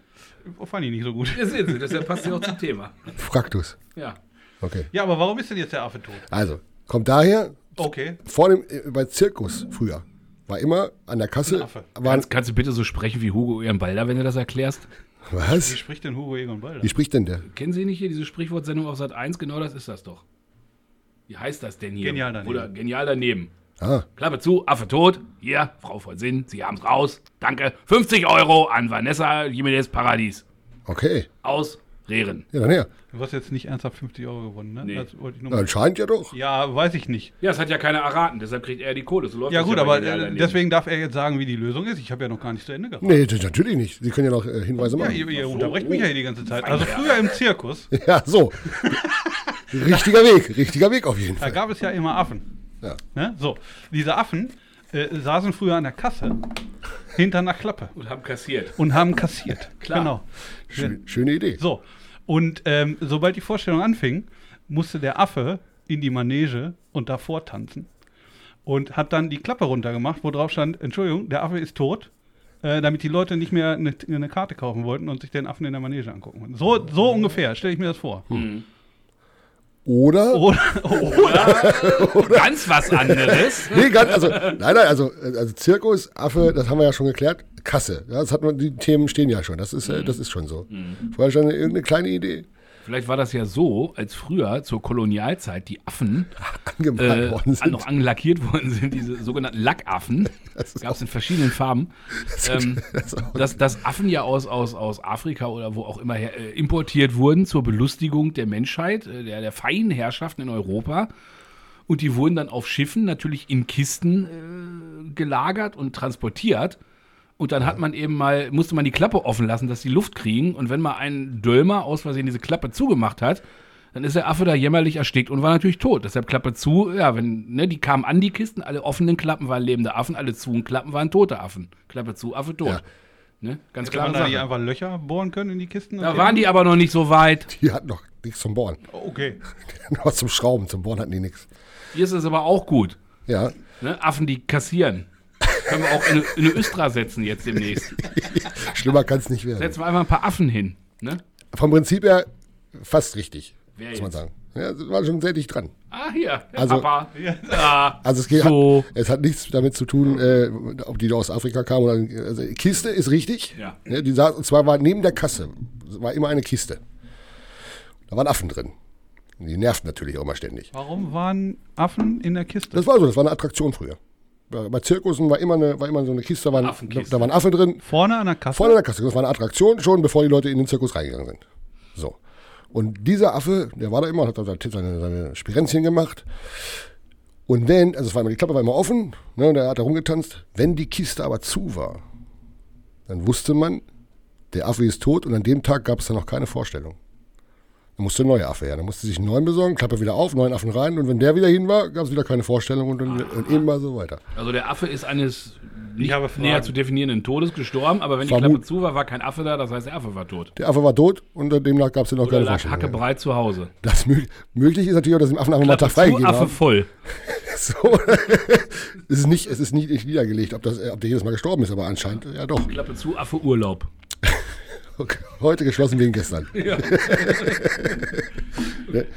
S1: Fand ich nicht so gut.
S2: Ja, sehen Sie, deshalb passt ja auch zum Thema.
S3: Fraktus.
S2: Ja.
S3: Okay.
S1: Ja, aber warum ist denn jetzt der Affe tot?
S3: Also, kommt daher,
S1: Okay.
S3: vor dem, äh, bei Zirkus früher, war immer an der
S1: Ein
S3: Kasse,
S1: Affe.
S3: waren,
S2: Kannst, kannst du bitte so sprechen wie Hugo Ehrenbalder, wenn du das erklärst?
S1: Wie
S3: was?
S1: spricht denn Hugo Egon Balder?
S3: Wie spricht denn der?
S2: Kennen Sie nicht hier diese Sprichwortsendung auf Sat 1? Genau das ist das doch. Wie heißt das denn hier?
S1: Genial daneben.
S2: Oder genial daneben.
S3: Ah,
S2: Klappe zu, Affe tot. Hier, Frau voll Sinn, Sie haben's raus. Danke. 50 Euro an Vanessa Jimenez Paradies.
S3: okay.
S2: Aus Rehren.
S3: Ja, dann her.
S1: Du hast jetzt nicht ernsthaft 50 Euro gewonnen, ne?
S2: Nee.
S1: Das wollte ich nur
S3: Na,
S1: mal.
S3: anscheinend ja doch.
S1: Ja, weiß ich nicht.
S2: Ja, es hat ja keiner erraten, deshalb kriegt er die Kohle. So läuft
S1: Ja
S2: das
S1: gut,
S2: bei
S1: aber
S2: Genial
S1: äh,
S2: daneben.
S1: deswegen darf er jetzt sagen, wie die Lösung ist. Ich habe ja noch gar nicht zu Ende geraten.
S3: Nee, das- natürlich nicht. Sie können ja noch äh, Hinweise
S1: Ja,
S3: machen.
S1: ihr, ihr
S2: Ach so.
S1: unterbrecht mich ja hier die ganze Zeit.
S2: Fein,
S1: Also
S2: ja.
S1: früher im Zirkus,
S3: Ja, so. richtiger Weg, richtiger Weg auf jeden
S1: da
S3: Fall.
S1: gab es ja immer Affen.
S3: Ja.
S1: Ne? So, diese Affen äh, saßen früher an der Kasse hinter einer Klappe
S2: Und haben kassiert.
S1: und haben kassiert.
S2: Klar.
S1: Genau.
S3: Schö- Schöne Idee.
S1: So, und ähm, sobald die Vorstellung anfing, musste der Affe in die Manege und davor tanzen. Und hat dann die Klappe runtergemacht, wo drauf stand, Entschuldigung, der Affe ist tot, äh, damit die Leute nicht mehr eine, eine Karte kaufen wollten und sich den Affen in der Manege angucken wollten. So, so ungefähr, stelle ich mir das vor.
S2: Hm.
S3: Oder?
S1: Oder,
S2: Ganz was anderes.
S3: Nee, ganz, also, nein, nein, also, äh, also Zirkus, Affe, das haben wir ja schon geklärt. Kasse. Ja, das hat man, die Themen stehen ja schon. Das ist,
S2: Mhm.
S3: äh, das ist schon so. Vorher schon irgendeine kleine Idee
S2: Vielleicht war das ja so, als früher zur Kolonialzeit die Affen
S3: angemalt
S2: äh,
S3: worden sind.
S2: noch anlackiert worden sind, diese sogenannten Lackaffen. Gab es in verschiedenen Farben. Ähm, dass, dass Affen ja aus, aus, aus Afrika oder wo auch immer her, äh, importiert wurden zur Belustigung der Menschheit, äh, der, der feinen Herrschaften in Europa. Und die wurden dann auf Schiffen natürlich in Kisten äh, gelagert und transportiert. Und dann hat man eben mal, musste man die Klappe offen lassen, dass die Luft kriegen. Und wenn mal ein Dölmer aus Versehen diese Klappe zugemacht hat, dann ist der Affe da jämmerlich erstickt und war natürlich tot. Deshalb Klappe zu, ja, wenn, ne, die kamen an die Kisten, alle offenen Klappen waren lebende Affen, alle zu und Klappen waren tote Affen. Klappe zu, Affe tot.
S3: Ja.
S2: Ne? Ganz
S1: Hätte man
S2: klar.
S1: da nicht einfach Löcher bohren können in die Kisten?
S2: Da waren die aber noch nicht so weit.
S3: Die hatten noch nichts zum Bohren.
S1: Okay.
S3: Nur zum Schrauben, zum Bohren hatten die nichts.
S2: Hier ist es aber auch gut.
S3: Ja,
S2: Ne? Affen, die kassieren. Können wir auch in eine, in eine Östra setzen jetzt demnächst.
S3: schlimmer kann es nicht werden.
S2: Setzen wir einfach ein paar Affen hin. Ne?
S3: Vom Prinzip her fast richtig,
S2: Wer
S3: muss man
S2: jetzt?
S3: sagen. Ja, es war schon sehr dicht dran.
S2: Ah, hier, der
S3: Also-
S2: Papa. Ah,
S3: Also es, geht,
S2: So.
S3: hat, es hat nichts damit zu tun, äh, ob die da aus Afrika kamen oder also Kiste ist richtig.
S2: Ja.
S3: Ne, die saß, und zwar war neben der Kasse war immer eine Kiste. Da waren Affen drin. Und Die nervten natürlich auch immer ständig.
S1: Warum waren Affen in der Kiste?
S3: Das war so, das war eine Attraktion früher. Bei bei Zirkussen war immer, eine, war immer so eine Kiste, da waren,
S2: Affenkiste.
S3: da waren Affen drin.
S1: Vorne an der Kasse?
S3: Vorne in der Kasse, das war eine Attraktion schon, bevor die Leute in den Zirkus reingegangen sind. So. Und dieser Affe, der war da immer, hat da seine, seine Spirenzchen gemacht. Und wenn, also es war immer, die Klappe war immer offen, ne, und er hat da rumgetanzt. Wenn die Kiste aber zu war, dann wusste man, der Affe ist tot und an dem Tag gab es dann noch keine Vorstellung. Dann musste ein neuer Affe her. Dann musste sich einen neuen besorgen, Klappe wieder auf, neuen Affen rein. Und wenn der wieder hin war, gab es wieder keine Vorstellung und, dann, und immer so weiter.
S2: Also der Affe ist eines nicht
S1: habe Fragen.
S2: näher zu definierenden Todes gestorben, aber wenn die
S3: Vermut-
S2: Klappe zu war, war kein Affe da, das heißt, der Affe war tot.
S3: Der Affe war tot und demnach gab es dann noch
S2: Oder
S3: keine
S2: lag
S3: Vorstellung. mehr.
S2: hackebreit zu Hause.
S3: Das möglich, möglich ist natürlich auch, dass im Affen einfach mal einen Tag
S2: zu,
S3: freigegeben
S2: Affe
S3: haben.
S2: voll.
S3: So. es ist nicht, es ist nicht, nicht niedergelegt, ob, das, ob der jedes Mal gestorben ist, aber anscheinend ja doch.
S2: Klappe zu, Affe Urlaub.
S3: Okay. Heute geschlossen wegen gestern.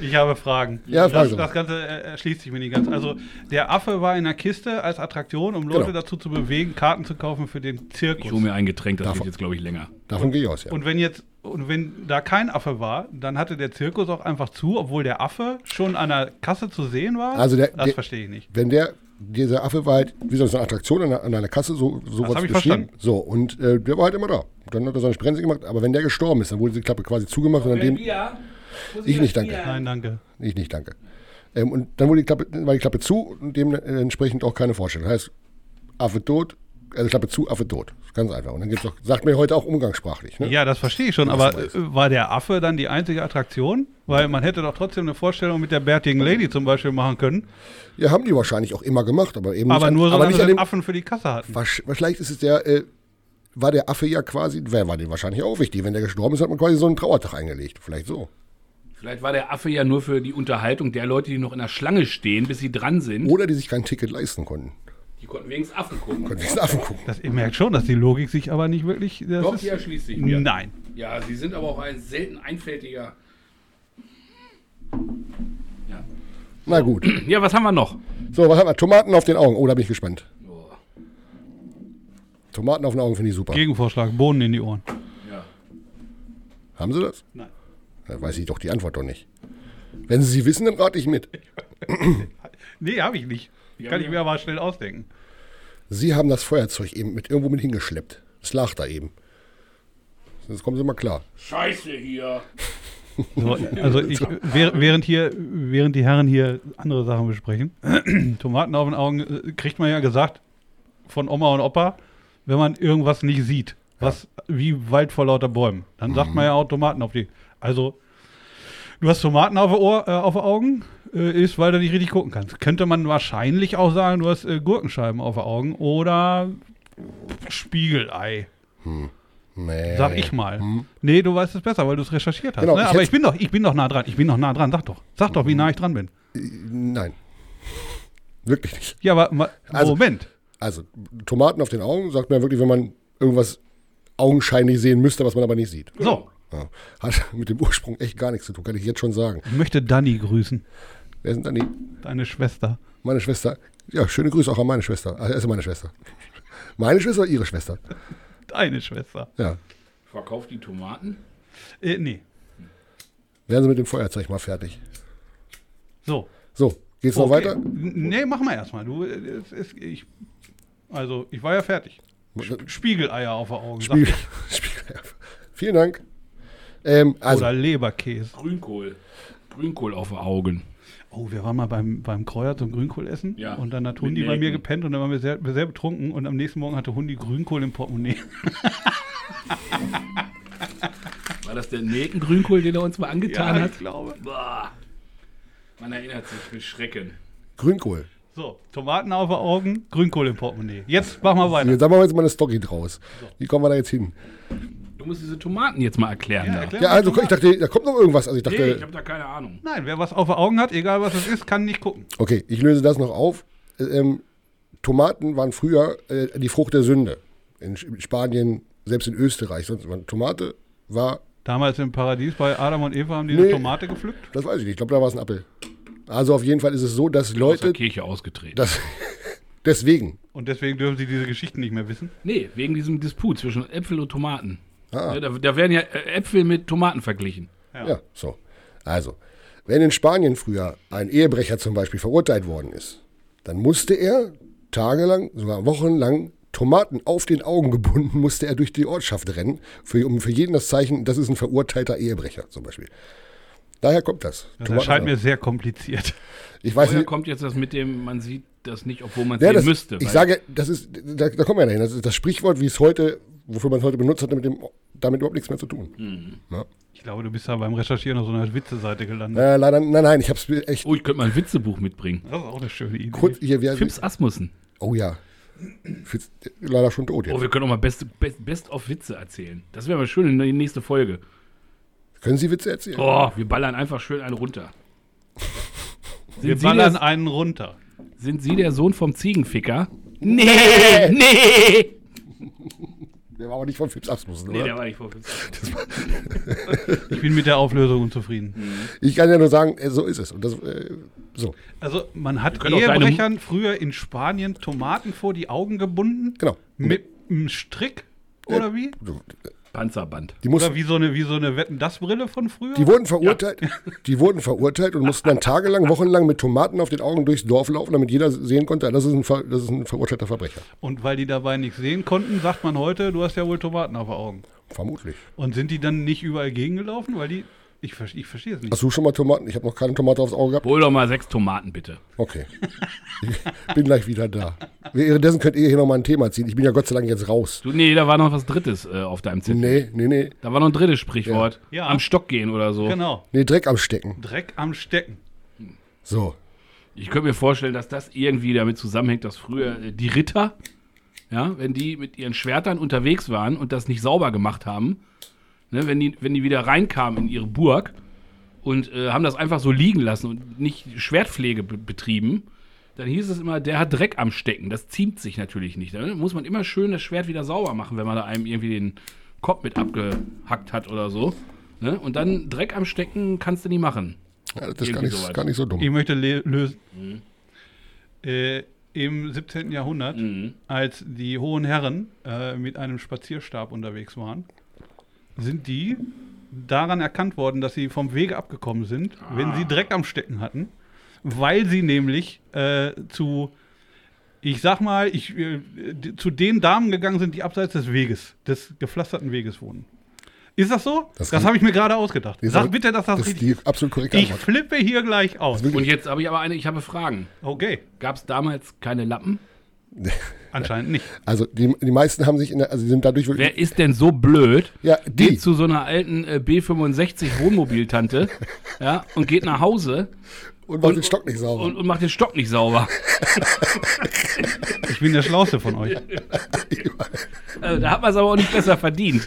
S1: Ich habe Fragen.
S3: Ja, fragen
S1: das,
S3: Sie mal.
S1: das Ganze äh, erschließt sich mir nicht ganz. Also, der Affe war in der Kiste als Attraktion, um Leute
S3: Genau.
S1: dazu zu bewegen, Karten zu kaufen für den
S2: Ich
S1: Zirkus.
S2: hole mir ein Getränk, das
S3: Davon-
S2: wird jetzt, glaube ich, länger.
S3: Davon gehe ich aus, ja.
S1: Und wenn jetzt und wenn da kein Affe war, dann hatte der Zirkus auch einfach zu, obwohl der Affe schon an der Kasse zu sehen war.
S3: Also der-
S1: das
S3: der-
S1: verstehe ich nicht.
S3: Wenn der, dieser Affe war halt, wie so eine Attraktion an, einer- an einer Kasse, so, so
S1: Das
S3: wurde
S1: hab
S3: es
S1: ich
S3: beschrieben.
S1: verstanden.
S3: So, und äh, der war halt immer da. Dann hat er seine Sprenze gemacht, aber wenn der gestorben ist, dann wurde die Klappe quasi zugemacht und an dem, ich nicht, danke.
S1: Nein, danke.
S3: Ich nicht, danke. Ähm, und dann wurde die Klappe, dann war die Klappe zu und dementsprechend auch keine Vorstellung. Das heißt, Affe tot, also Klappe zu, Affe tot. Ganz einfach. Und dann gibt's auch, sagt mir heute auch umgangssprachlich. Ne?
S1: Ja, das verstehe ich schon,
S3: Das
S1: aber
S3: weiß.
S1: äh, war der Affe dann die einzige Attraktion? Weil man hätte doch trotzdem eine Vorstellung mit der bärtigen Lady zum Beispiel machen können,
S3: Ja, haben die wahrscheinlich auch immer gemacht, aber eben
S1: aber
S3: nicht,
S1: nur
S3: aber
S1: solange
S3: nicht
S1: sie
S3: an
S1: den
S3: dem,
S1: Affen für die Kasse hatten.
S3: Wasch- Vielleicht ist es der, äh, war der Affe ja quasi, wer war den wahrscheinlich auch wichtig. Wenn der gestorben ist, hat man quasi so einen Trauertag eingelegt. Vielleicht so.
S2: Vielleicht war der Affe ja nur für die Unterhaltung der Leute, die noch in der Schlange stehen, bis sie dran sind.
S1: Oh.
S3: Oder die sich kein Ticket leisten konnten.
S2: Die konnten wenigstens Affen gucken.
S3: Konnten diesen Affen gucken.
S1: Das, ihr merkt schon, dass die Logik sich aber nicht wirklich. Das
S2: Doch,
S1: ist,
S2: die erschließt sich mir.
S1: Nein.
S2: Ja, sie sind aber auch ein selten einfältiger. Ja,
S3: Na gut.
S2: ja was haben wir noch?
S3: So, was haben wir? Tomaten auf den Augen. Oh, da bin ich gespannt. Tomaten auf den Augen finde ich super.
S1: Gegenvorschlag, Bohnen in die Ohren.
S2: Ja.
S3: Haben sie das?
S1: Nein.
S3: Da weiß ich doch die Antwort doch nicht. Wenn sie sie wissen, dann rate ich mit.
S1: Nee, habe ich nicht. Kann ich mir aber schnell ausdenken.
S3: Sie haben das Feuerzeug eben mit irgendwo mit hingeschleppt. Es lag da eben. Jetzt kommen Sie mal klar.
S2: Scheiße hier.
S1: So, also ich, währ- während, hier, während die Herren hier andere Sachen besprechen, Tomaten auf den Augen, äh, kriegt man ja gesagt von Oma und Opa, wenn man irgendwas nicht sieht, was wie Wald vor lauter Bäumen, dann sagt man ja auch Tomaten auf die. Also, du hast Tomaten auf, die Ohr, äh, auf die Augen, äh, ist, weil du nicht richtig gucken kannst. Könnte man wahrscheinlich auch sagen, du hast äh, Gurkenscheiben auf die Augen oder Spiegelei.
S3: Nee.
S1: Sag ich mal. Nee, du weißt es besser, weil du es recherchiert hast.
S3: Mhm. Genau,
S1: ne?
S3: ich
S1: Aber
S3: hätt-
S1: ich bin doch, ich bin doch nah dran. Ich bin doch nah dran. Sag doch. Sag doch, wie nah ich dran bin.
S3: Nein. Wirklich nicht.
S1: Ja, aber ma,
S3: Also-
S1: Moment.
S3: Also, Tomaten auf den Augen sagt man wirklich, wenn man irgendwas augenscheinlich sehen müsste, was man aber nicht sieht.
S1: So,
S3: Ja. Hat mit dem Ursprung echt gar nichts zu tun, kann ich jetzt schon sagen.
S1: ich möchte Dani grüßen,
S3: Wer sind dann die?
S1: deine Schwester.
S3: Meine Schwester. Ja, schöne Grüße auch an meine Schwester. Ach, ist meine Schwester. Meine Schwester oder ihre Schwester?
S1: Deine Schwester.
S3: Ja.
S2: Verkauft die Tomaten?
S1: Äh, nee.
S3: Wären Sie mit dem Feuerzeug mal fertig.
S1: So.
S3: So, geht's noch
S1: okay.
S3: weiter?
S1: N- Nee, mach mal erstmal. Du, äh, es, es, ich, also, ich war ja fertig. Spiegeleier auf den Augen. sag
S3: Spiel. Spiel. Vielen Dank. Ähm,
S1: ich.
S3: also,
S1: Oder Leberkäse.
S2: Grünkohl. Grünkohl auf den Augen.
S1: oh, wir waren mal beim, beim Kreuer zum Grünkohl essen
S2: Ja.
S1: und dann hat
S2: Mit
S1: Hundi bei mir
S2: Nelken.
S1: gepennt und dann waren wir sehr, sehr betrunken und am nächsten Morgen hatte Hundi Grünkohl im Portemonnaie.
S2: War das der Nelkengrünkohl, den er uns mal angetan hat?
S1: glaube.
S2: Boah. Man erinnert sich mit Schrecken.
S3: Grünkohl.
S1: So, Tomaten auf die Augen, Grünkohl im Portemonnaie. Jetzt machen wir weiter.
S3: Jetzt sagen wir jetzt mal eine Story draus. Wie kommen wir da jetzt hin?
S2: Du musst diese Tomaten jetzt mal erklären. da.
S1: erklär
S3: Ja,
S1: mal
S3: also ich
S1: Tomaten.
S3: dachte, da kommt noch irgendwas. Also ich
S2: Nee, ich habe
S3: dachte,
S2: da keine Ahnung.
S1: Nein, wer was auf die Augen hat, egal was es ist, kann nicht gucken.
S3: okay, ich löse das noch auf. Äh, Ähm, Tomaten waren früher äh, die Frucht der Sünde. In Sch- in Spanien, selbst in Österreich. Sonst waren Tomate war,
S1: Damals im Paradies bei Adam und Eva haben die eine
S3: Nee.
S1: Tomate gepflückt.
S3: das weiß ich nicht, ich glaube, da war es ein Apfel. Also auf jeden Fall ist es so, dass
S2: Aus der
S3: Leute,
S2: Kirche ausgetreten.
S3: dass, deswegen,
S1: Und deswegen dürfen sie diese Geschichten nicht mehr wissen.
S2: nee, wegen diesem Disput zwischen Äpfel und Tomaten.
S3: Ah.
S2: Ja, da, da werden ja äh, Äpfel mit Tomaten verglichen.
S1: Ja.
S3: Ja, so. Also, wenn in Spanien früher ein Ehebrecher zum Beispiel verurteilt worden ist, dann musste er tagelang, sogar wochenlang Tomaten auf den Augen gebunden, musste er durch die Ortschaft rennen, für, um für jeden das Zeichen, das ist ein verurteilter Ehebrecher zum Beispiel. Daher kommt das.
S1: Das
S3: Tomaten-
S1: erscheint mir sehr kompliziert.
S3: ich weiß
S2: Woher
S3: nicht,
S2: kommt jetzt das mit dem, man sieht das nicht, obwohl man es
S3: ja,
S2: sehen
S3: das,
S2: müsste?
S3: ich
S2: weil-
S3: sage, das ist, da, da kommen wir ja dahin. Das ist das Sprichwort, wie es heute, wofür man es heute benutzt hat, mit dem, damit überhaupt nichts mehr zu tun. Ja.
S1: Ich glaube, du bist da beim Recherchieren auf so einer Witze-Seite gelandet.
S3: Äh, leider, nein, nein, ich habe es echt
S2: oh, ich könnte mal ein Witzebuch mitbringen.
S1: Das ist auch eine schöne Idee.
S3: kurz hier. Wie,
S2: Fips Asmussen.
S3: Oh ja. Fitz, leider schon tot jetzt.
S2: Oh, wir können auch mal Best, Best, Best of Witze erzählen. Das wäre mal schön in der nächsten Folge.
S3: Können Sie Witze erzählen?
S2: Oh, wir ballern einfach schön einen runter. Sind
S1: Wir
S2: Sie
S1: ballern
S2: der,
S1: einen runter.
S2: Sind Sie der Sohn vom Ziegenficker? Nee, nee.
S3: Der war aber nicht von Fips Asmussen,
S2: Nee,
S3: oder?
S2: der war nicht vor Fips.
S1: Ich bin mit der Auflösung unzufrieden.
S3: ich kann ja nur sagen, äh, so ist es. Und das, äh, so,
S1: Also, man hat
S2: können auch deine
S1: Ehebrechern früher in Spanien Tomaten vor die Augen gebunden.
S3: genau.
S1: Mit einem Strick
S3: Äh,
S1: oder wie?
S3: So,
S2: Panzerband.
S3: Die, mussten,
S1: Oder wie so eine, wie so eine Wetten-Das-Brille von früher?
S3: die wurden verurteilt. Die wurden verurteilt und mussten dann tagelang, wochenlang mit Tomaten auf den Augen durchs Dorf laufen, damit jeder sehen konnte, das ist ein, Ver, das ist ein verurteilter Verbrecher.
S1: Und weil die dabei nichts sehen konnten, sagt man heute, du hast ja wohl Tomaten auf den Augen.
S3: Vermutlich.
S1: Und sind die dann nicht überall gegengelaufen? Weil die. Ich, ver- ich verstehe es nicht.
S3: Hast du schon mal Tomaten? Ich habe noch keine Tomate aufs Auge gehabt.
S2: Hol doch mal sechs Tomaten, bitte.
S3: Okay. Ich bin gleich wieder da. Währenddessen könnt ihr hier nochmal ein Thema ziehen. Ich bin ja Gott sei Dank jetzt raus.
S2: Du, nee, da war noch was Drittes äh, auf deinem Zettel.
S3: Nee, nee, nee.
S2: Da war noch ein drittes Sprichwort.
S1: Ja. Ja.
S2: Am Stock gehen oder so.
S1: Genau.
S3: Nee, Dreck am Stecken.
S1: Dreck am Stecken.
S3: So.
S2: Ich könnte mir vorstellen, dass das irgendwie damit zusammenhängt, dass früher äh, die Ritter, ja, wenn die mit ihren Schwertern unterwegs waren und das nicht sauber gemacht haben, ne, wenn, die, wenn die wieder reinkamen in ihre Burg und äh, haben das einfach so liegen lassen und nicht Schwertpflege be betrieben, dann hieß es immer, der hat Dreck am Stecken. Das ziemt sich natürlich nicht. Dann muss man immer schön das Schwert wieder sauber machen, wenn man da einem irgendwie den Kopf mit abgehackt hat oder so. Ne? Und dann Dreck am Stecken kannst du nicht machen.
S3: Ja, das ist gar
S2: Irgendwie
S3: nicht,
S2: sowas.
S3: gar nicht so dumm.
S1: Ich möchte le- lösen. Äh, Im 17. Jahrhundert, als die hohen Herren äh, mit einem Spazierstab unterwegs waren, sind die daran erkannt worden, dass sie vom Wege abgekommen sind, wenn
S3: Ah.
S1: sie Dreck am Stecken hatten, weil sie nämlich äh, zu, ich sag mal, ich, äh, d- zu den Damen gegangen sind, die abseits des Weges, des gepflasterten Weges wohnen. Ist das so? Das,
S3: Das kann-
S1: habe ich mir gerade ausgedacht.
S3: Nee,
S1: Sag
S3: sorry,
S1: bitte, dass das,
S3: Das ist
S1: richtig
S3: die absolut korrekte
S1: Ich
S3: Antwort.
S1: flippe hier gleich aus.
S2: Und jetzt habe ich aber eine, ich habe Fragen.
S1: Okay,
S2: Gab es damals keine Lappen?
S1: anscheinend nicht.
S3: Also die, die meisten haben sich in der, also die sind dadurch wirklich.
S2: Wer ist denn so blöd?
S3: Ja, die.
S2: Geht zu so einer alten äh, B65 Wohnmobiltante ja, und geht nach Hause
S3: Und macht den Stock nicht sauber.
S2: und, und macht den Stock nicht sauber.
S1: Ich bin der Schlauste von euch.
S2: Äh, da hat man es aber auch nicht besser verdient.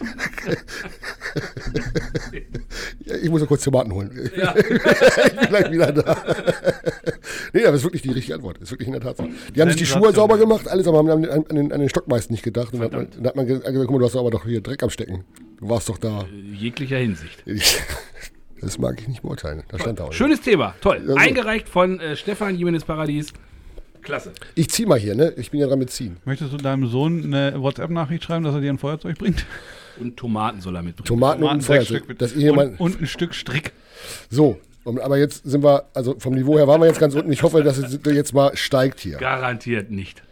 S3: Ja, ich muss ja kurz Tomaten holen. ich bin gleich wieder da. nee, aber das ist wirklich die richtige Antwort. Das ist wirklich in der Tat so. Die haben sich die Schuhe
S1: Sensation.
S3: sauber gemacht, alles, aber haben an, an, an den, an den Stock meist nicht gedacht. Und dann hat man, dann hat man gesagt, guck mal, du hast aber doch hier Dreck am Stecken. Du warst doch da.
S2: In jeglicher Hinsicht.
S3: Das mag ich nicht beurteilen. Da stand da auch.
S2: Schönes Thema. Toll.
S3: gut.
S2: Eingereicht von äh, Stefan Jimenez Paradies. Klasse.
S3: Ich zieh mal hier, ne? Ich bin ja dran mit ziehen.
S1: Möchtest du deinem Sohn eine WhatsApp-Nachricht schreiben, dass er dir ein Feuerzeug bringt?
S2: Und Tomaten soll er mitbringen.
S3: Tomaten, und ein Feuerzeug.
S1: bitte.
S3: Dass ihr
S1: und,
S3: jemand,
S1: und ein Stück Strick.
S3: so. Und- Aber jetzt sind wir, also vom Niveau her waren wir jetzt ganz unten. Ich hoffe, dass es jetzt mal steigt hier.
S2: Garantiert nicht.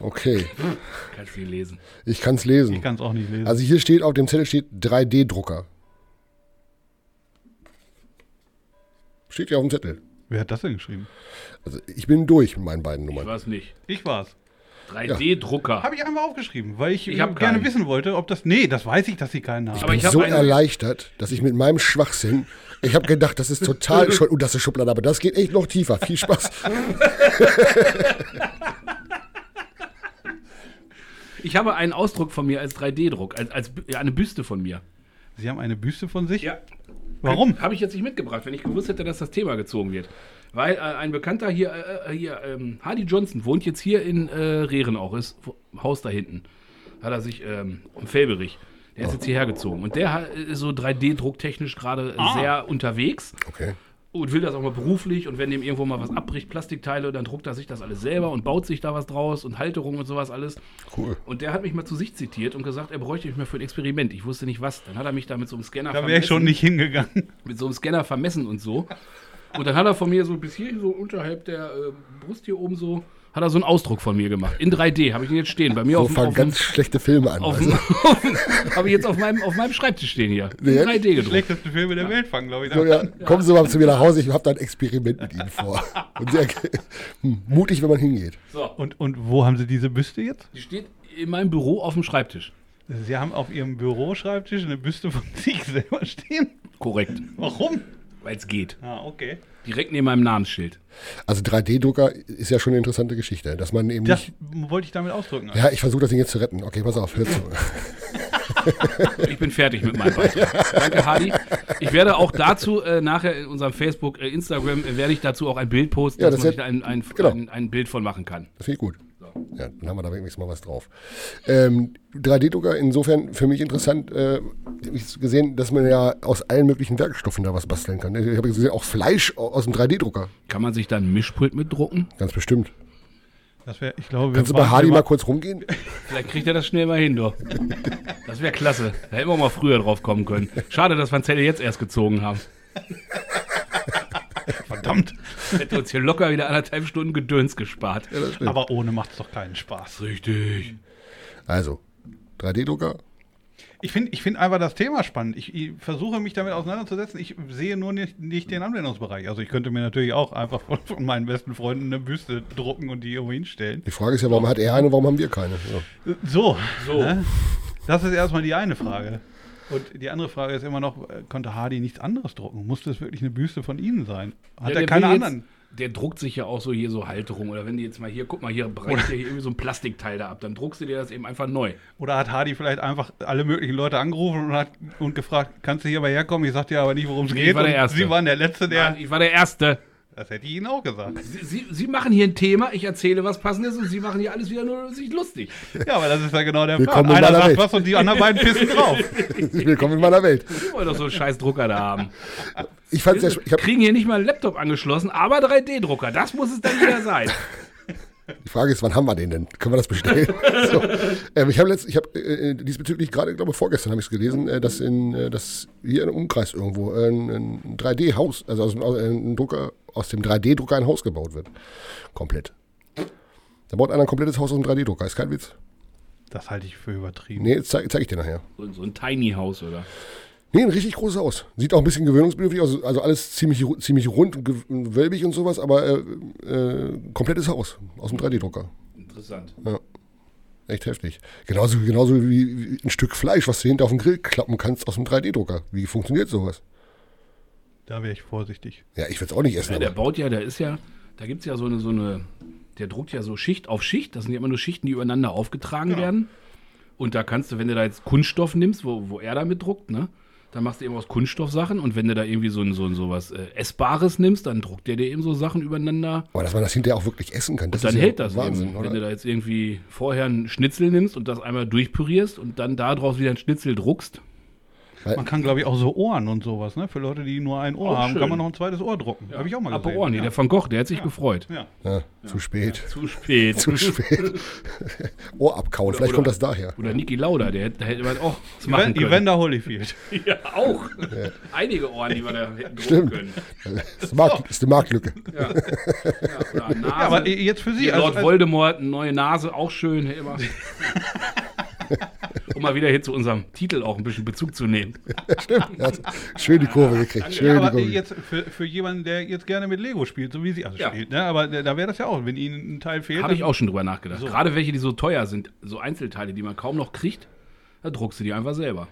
S3: Okay,
S2: Kannst du ihn lesen.
S3: ich kann es lesen.
S1: Ich kann es auch nicht lesen.
S3: Also hier steht, auf dem Zettel steht 3D-Drucker. Steht ja auf dem Zettel.
S1: Wer hat das denn geschrieben?
S3: Also ich bin durch mit meinen beiden
S2: Ich
S3: Nummern.
S2: weiß nicht.
S1: Ich war's.
S2: 3D-Drucker.
S1: Habe ich einmal aufgeschrieben, weil ich,
S2: Ich hab
S1: gerne
S2: keinen.
S1: wissen wollte, ob das. Nee, das weiß ich, dass sie keinen haben.
S2: Aber
S3: bin
S2: ich hab
S3: so
S2: eine-
S3: erleichtert, dass ich mit meinem Schwachsinn, ich habe gedacht, das ist total, schon, oh, das ist Schublade, aber das geht echt noch tiefer. Viel Spaß.
S2: Ich habe einen Ausdruck von mir als 3D-Druck, als, als Bü- eine Büste von mir.
S1: sie haben eine Büste von sich? Warum?
S2: Habe ich jetzt nicht mitgebracht, wenn ich gewusst hätte, dass das Thema gezogen wird. Weil äh, ein Bekannter hier, äh, äh, hier ähm, Hardy Johnson, wohnt jetzt hier in äh, Rehren auch, ist wo- Haus da hinten. Hat er sich, ähm, um Felberich, der ist
S1: Oh.
S2: jetzt hierher gezogen. Und der hat- ist so 3D-drucktechnisch gerade äh,
S1: Ah.
S2: sehr unterwegs
S3: Okay.
S2: und will das auch mal beruflich und wenn dem irgendwo mal was abbricht, Plastikteile, dann druckt er sich das alles selber und baut sich da was draus und Halterung und sowas alles.
S3: Cool.
S2: Und der hat mich mal zu sich zitiert und gesagt, er bräuchte mich mal für ein Experiment. Ich wusste nicht was. Dann hat er mich da mit so einem Scanner
S1: Da wäre ich schon nicht hingegangen.
S2: mit so einem Scanner vermessen und so. Und dann hat er von mir so bis hier so unterhalb der äh, Brust hier oben so, hat er so einen Ausdruck von mir gemacht. In 3D habe ich ihn jetzt stehen. Bei mir
S3: So
S2: auf, dem-
S3: fangen
S2: auf, dem-
S3: ganz schlechte Filme an. Also
S2: auf,
S3: weißt du?
S2: dem- habe ich jetzt auf meinem, auf meinem Schreibtisch stehen hier. In
S3: Nee.
S2: 3D gedruckt.
S1: Schlechteste Filme der Welt fangen, glaube ich.
S3: So,
S1: an.
S3: ja, kommen Sie mal zu mir nach Hause, ich habe da ein Experiment mit Ihnen vor. Und sehr hm, mutig, wenn man hingeht.
S2: So,
S1: Und, und wo haben sie diese Büste jetzt?
S2: die steht in meinem Büro auf dem Schreibtisch.
S1: Sie haben auf ihrem Büroschreibtisch eine Büste von sich selber stehen.
S2: Korrekt.
S1: Warum?
S2: Weil es geht.
S1: Ah, okay.
S2: Direkt neben meinem Namensschild.
S3: Also 3D-Drucker ist ja schon eine interessante Geschichte, dass man eben
S1: Das
S3: nicht.
S1: wollte ich damit ausdrücken.
S3: Ja, ich versuche das Ding jetzt zu retten. Okay, pass auf, hör zu.
S2: Ich bin fertig mit meinem Beitrag. Danke, Hardy. Ich werde auch dazu äh, nachher in unserem Facebook, äh, Instagram, äh, werde ich dazu auch ein Bild posten,
S3: Ja,
S2: dass
S3: das
S2: man sich
S3: hätte-
S2: da ein, ein,
S3: genau.
S2: ein, ein Bild von machen kann.
S3: Das finde ich gut. Ja, dann haben wir da wenigstens mal was drauf. Ähm, 3D-Drucker insofern für mich interessant, äh, hab ich gesehen, dass man ja aus allen möglichen Werkstoffen da was basteln kann. Ich habe gesehen, auch Fleisch au- aus dem 3D-Drucker.
S2: Kann man sich da ein Mischpult mitdrucken?
S3: Ganz bestimmt.
S1: Das wär, ich glaube, wir
S3: Kannst du bei
S1: waren-
S3: Hardy
S1: wir
S3: mal
S1: waren-
S3: kurz rumgehen?
S2: Vielleicht kriegt er das schnell mal hin, doch. Das wäre klasse. Da hätten wir mal früher drauf kommen können. Schade, dass wir Zelle jetzt erst gezogen haben.
S1: Verdammt.
S2: Hätte uns hier locker wieder anderthalb Stunden Gedöns gespart.
S1: Aber ohne macht's doch keinen Spaß.
S2: Richtig.
S3: Also, 3D-Drucker,
S1: Ich finde ich find einfach das Thema spannend. Ich, ich versuche mich damit auseinanderzusetzen. Ich sehe nur nicht, nicht den Anwendungsbereich. Also ich könnte mir natürlich auch einfach von, von meinen besten Freunden eine Büste drucken und die irgendwo hinstellen.
S3: Die Frage ist ja, warum hat er eine, warum haben wir keine? Ja.
S1: So.
S2: So.
S1: Ne? Das ist erstmal die eine Frage. Und die andere Frage ist immer noch, äh, konnte Hardy nichts anderes drucken? Musste es wirklich eine Büste von Ihnen sein? Hat
S2: Ja,
S1: er
S2: der
S1: keine
S2: will jetzt-
S1: anderen?
S2: Der druckt sich ja auch so hier so Halterung. Oder wenn die jetzt mal hier, guck mal, hier brecht dir hier irgendwie so ein Plastikteil da ab. Dann druckst du dir das eben einfach neu.
S1: Oder hat Hardy vielleicht einfach alle möglichen Leute angerufen und, hat, und gefragt, kannst du hierbei herkommen? Ich sagte ja aber nicht, worum es
S2: Nee, ich
S1: geht.
S2: war der
S1: Und
S2: Erste.
S1: Sie waren der Letzte, der...
S2: Nein, Also, ich war der Erste.
S1: Das hätte ich Ihnen auch gesagt.
S2: Sie, Sie, Sie machen hier ein Thema, ich erzähle was Passendes und Sie machen hier alles wieder nur sich lustig.
S1: Ja, aber das ist ja genau der
S3: Willkommen
S1: Plan.
S3: in
S1: Einer
S3: meiner
S1: sagt
S3: Welt.
S1: was und die anderen beiden pissen drauf.
S3: Willkommen in meiner Welt.
S2: Sie wollen doch so einen scheiß Drucker da haben.
S3: Ich fand's ja, ich hab,
S2: Kriegen hier nicht mal einen Laptop angeschlossen, aber 3D-Drucker. Das muss es dann wieder sein.
S3: die Frage ist, wann haben wir den denn? Können wir das bestellen? so. ähm, ich habe letzt, ich habe äh, diesbezüglich gerade, glaube vorgestern habe ich es gelesen, äh, dass in, äh, dass hier in einem Umkreis irgendwo äh, ein, ein 3D-Haus, also aus, dem- aus, äh, ein Drucker, aus dem 3D-Drucker ein Haus gebaut wird, komplett. Da baut einer ein komplettes Haus aus dem 3D-Drucker. Ist kein Witz.
S1: Das halte ich für übertrieben.
S3: Nee, zeige zeig ich dir nachher.
S2: So, so ein Tiny House, oder?
S3: Nee, ein richtig großes Haus. Sieht auch ein bisschen gewöhnungsbedürftig aus. Also alles ziemlich, ru- ziemlich rund und ge- und wölbig und sowas, aber äh, äh, komplettes Haus aus dem 3D-Drucker.
S2: Interessant.
S3: Echt heftig. Genauso, genauso wie, wie ein Stück Fleisch, was du hinter auf den Grill klappen kannst aus dem 3D-Drucker. Wie funktioniert sowas?
S1: Da wäre ich vorsichtig.
S3: Ja, ich würde es auch nicht essen.
S2: Ja, der
S3: Aber
S2: baut ja, der ist ja, da gibt es ja so eine, so eine, der druckt ja so Schicht auf Schicht. Das sind ja immer nur Schichten, die übereinander aufgetragen werden. Und da kannst du, wenn du da jetzt Kunststoff nimmst, wo, wo er damit druckt, ne? Dann machst du eben aus Kunststoff Sachen und wenn du da irgendwie so ein, so ein sowas äh, Essbares nimmst, dann druckt der dir eben so Sachen übereinander.
S3: aber dass man das hinterher auch wirklich essen kann, das
S2: Dann
S3: ist ja
S2: hält das
S3: Wahnsinn,
S2: eben.
S3: oder?
S2: Wenn du da jetzt irgendwie vorher einen Schnitzel nimmst und das einmal durchpürierst und dann daraus wieder einen Schnitzel druckst.
S1: Man kann, glaube ich, auch so Ohren und sowas, ne? Für Leute, die nur ein Ohr
S2: Auch
S1: haben,
S2: schön.
S1: kann man noch ein zweites Ohr drucken. Habe ich auch mal
S2: Aber
S1: gesehen.
S2: Ohren, nee,
S1: ja.
S2: der Van Gogh, der hat sich gefreut.
S1: ja.
S3: ja, Zu spät.
S2: Zu spät.
S3: Zu spät. Ohr abkauen, vielleicht
S2: oder-
S3: kommt das daher.
S2: Oder Niki Lauda, der hätte, da hätte man auch was machen
S1: Evan-
S2: können.
S1: Evander Holyfield.
S2: Ja, auch. Einige Ohren, die wir da hätten drucken
S3: Stimmt.
S2: können.
S3: Das ist, eine Markt, ist eine Marktlücke.
S2: Ja. Ja, oder Nase.
S1: Ja, aber jetzt für Sie. also,
S2: Hier
S1: als-
S2: Lord
S1: als-
S2: Voldemort, eine neue Nase, auch schön. Hey, immer. um mal wieder hier zu unserem Titel auch ein bisschen Bezug zu nehmen.
S3: Er hat schön die Kurve gekriegt. Schön
S1: Ja,
S3: die
S1: aber
S3: Kurve.
S1: jetzt für, für jemanden, der jetzt gerne mit Lego spielt, so wie sie also
S2: Ja.
S1: spielt, ne? aber da da wäre das ja auch, wenn ihnen ein Teil fehlt.
S2: Habe ich auch schon drüber nachgedacht.
S1: So.
S2: Gerade welche, die so teuer sind, so Einzelteile, die man kaum noch kriegt, da druckst du die einfach selber.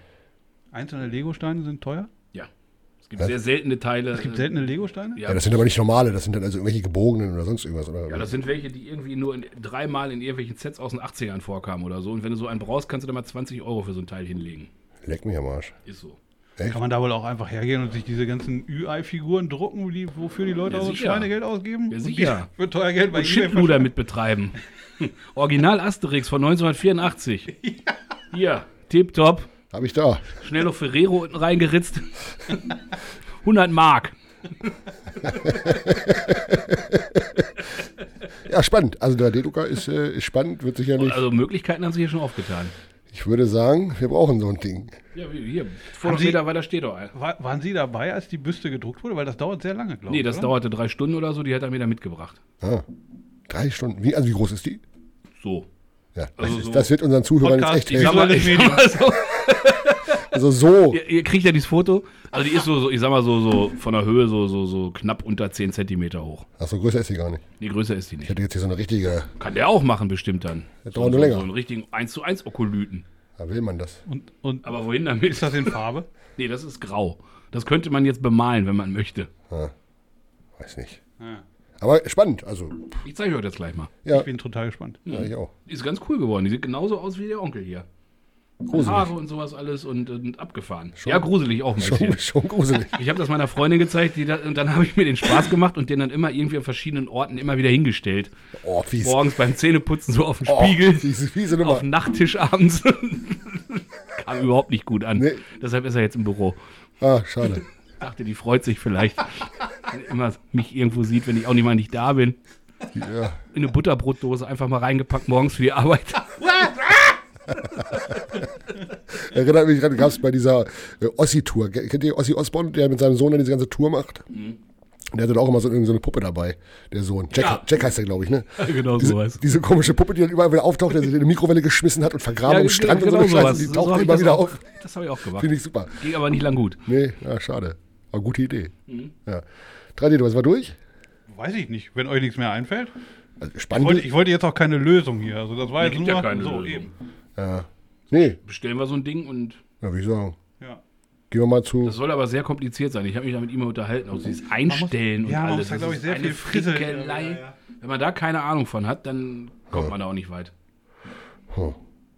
S1: Einzelne Lego-Steine sind teuer.
S2: Ja. Es gibt sehr seltene Teile.
S1: Es gibt seltene Lego-Steine.
S2: Ja.
S3: Ja, das sind aber nicht normale, das sind dann also irgendwelche gebogenen oder sonst irgendwas. Oder?
S2: Ja, das sind welche, die irgendwie nur in, dreimal in irgendwelchen Sets aus den 80ern vorkamen oder so. Und wenn du so einen brauchst, kannst du da mal 20 Euro für so ein Teil hinlegen.
S3: Leck mich am Arsch.
S2: Ist so.
S1: Kann man da wohl auch einfach hergehen und sich diese ganzen UI-Figuren drucken, die, wofür die Leute
S2: Ja,
S1: auch
S2: sicher.
S1: Schweinegeld ausgeben?
S2: Ja,
S1: Und
S2: sicher.
S1: die Für teuer Geld bei eBay
S2: Und Schindluder mit betreiben. Original Asterix von 1984. Hier, tipptopp.
S3: Hab ich da.
S2: Schnell noch Ferrero unten reingeritzt. 100 Mark.
S3: Ja, spannend. Also der D-Drucker ist, äh, ist spannend, wird sicherlich.
S2: Also Möglichkeiten haben sich hier schon aufgetan.
S3: Ich würde sagen, wir brauchen so ein Ding.
S2: Ja, wie- hier. Vor
S1: Haben
S2: noch
S1: Sie-
S2: Meter weiter steht doch einer.
S1: War, waren Sie dabei, als die Büste gedruckt wurde? Weil das dauert sehr lange, glaube ich.
S2: Nee, das
S1: oder?
S2: dauerte drei Stunden oder so, die hat er mir da mitgebracht.
S3: Ah, drei Stunden. Wie, also wie groß ist die?
S2: So.
S3: Ja, das,
S2: Also
S3: ist,
S2: so
S3: das wird unseren Zuhörern jetzt echt
S1: Podcast,
S3: helfen.
S1: die- Visuelles
S2: ich sag mal so,
S3: Also so.
S2: ihr, ihr kriegt ja dieses Foto. Also die ist so, so ich sag mal so, so von der Höhe so, so, so knapp unter 10 Zentimeter hoch.
S3: Achso, Also größer ist sie gar nicht.
S2: Die größer ist die
S3: Ich
S2: nicht.
S3: hätte jetzt hier so eine richtige.
S2: Kann der auch machen bestimmt dann.
S3: Das
S2: so,
S3: dauert
S2: so,
S3: nur länger.
S2: so einen richtigen 1 zu 1 Okolyten.
S3: Da will man das.
S1: Und, und
S2: Aber wohin damit?
S1: ist das in Farbe?
S2: Nee, das ist grau. Das könnte man jetzt bemalen, wenn man möchte.
S3: Weiß nicht.
S1: Ja.
S3: Aber spannend. Also,
S2: Ich zeige euch das gleich mal.
S3: ja,
S1: Ich bin total gespannt.
S3: ja ich auch.
S2: Die ist ganz cool geworden. Die sieht genauso aus wie der Onkel hier. Haare und sowas alles und, und abgefahren. Ja, gruselig auch ein bisschen.
S3: Schon, schon gruselig.
S2: Ich habe das meiner Freundin gezeigt, die da, und dann habe ich mir den Spaß gemacht und den dann immer irgendwie an verschiedenen Orten immer wieder hingestellt.
S3: Oh, fies.
S2: Morgens beim Zähneputzen so auf dem
S3: oh,
S2: Spiegel, ne.
S3: Fiese, fiese
S2: auf
S3: Nummer.
S2: dem Nachttisch abends. Kam überhaupt nicht gut an.
S3: Nee.
S2: Deshalb ist er jetzt im Büro.
S3: Ah, schade.
S2: Dachte, die freut sich vielleicht, wenn immer mich irgendwo sieht, wenn ich auch nicht mal nicht da bin.
S3: Ja.
S2: In eine Butterbrotdose einfach mal reingepackt morgens für die Arbeit.
S3: Erinnert mich gerade, gab es bei dieser äh, Ossi-Tour. Ge- Kennt ihr Ossi Osborn, der mit seinem Sohn dann diese ganze Tour macht? Und Der hatte dann auch immer so, irgend so eine Puppe dabei, der Sohn. Jack,
S2: Mhm. Ja.
S3: Jack heißt der, glaube ich, ne?
S2: genau
S3: Diese, diese komische Puppe, die dann überall wieder auftaucht, der sich in eine Mikrowelle geschmissen hat und vergraben am Strand
S2: genau
S3: und so eine Scheiße. Die taucht
S2: hab ich
S3: immer
S2: das
S3: wieder
S2: auch-
S3: auf.
S2: Das habe ich auch gemacht.
S3: Finde ich super.
S2: Ging aber nicht lang gut.
S3: Nee, ja, schade. War eine gute Idee.
S2: Mhm.
S3: Ja. 3D, du was war durch?
S1: Weiß ich nicht, wenn euch nichts mehr einfällt.
S3: Also
S1: Ich
S3: spannend.
S1: wollte, ich wollte jetzt auch keine Lösung hier. Also das war jetzt
S2: gibt
S1: nur
S2: ja keine
S1: so
S2: Lösung.
S1: eben.
S3: ja. Nee,
S2: Bestellen wir so ein Ding und
S3: ja, würde ich sagen.
S1: Ja.
S3: Gehen wir mal zu.
S2: Das soll aber sehr kompliziert sein. Ich habe mich da mit ihm unterhalten, auch dieses Einstellen
S1: ja,
S2: und
S1: man
S2: alles.
S1: muss da,
S2: Das
S1: glaub ich,
S2: ist
S1: sehr
S2: eine
S1: viel frisseln.
S2: Frickelei.
S1: Ja, ja, ja.
S2: Wenn man da keine Ahnung von hat, dann kommt man da auch nicht weit.
S3: Hm.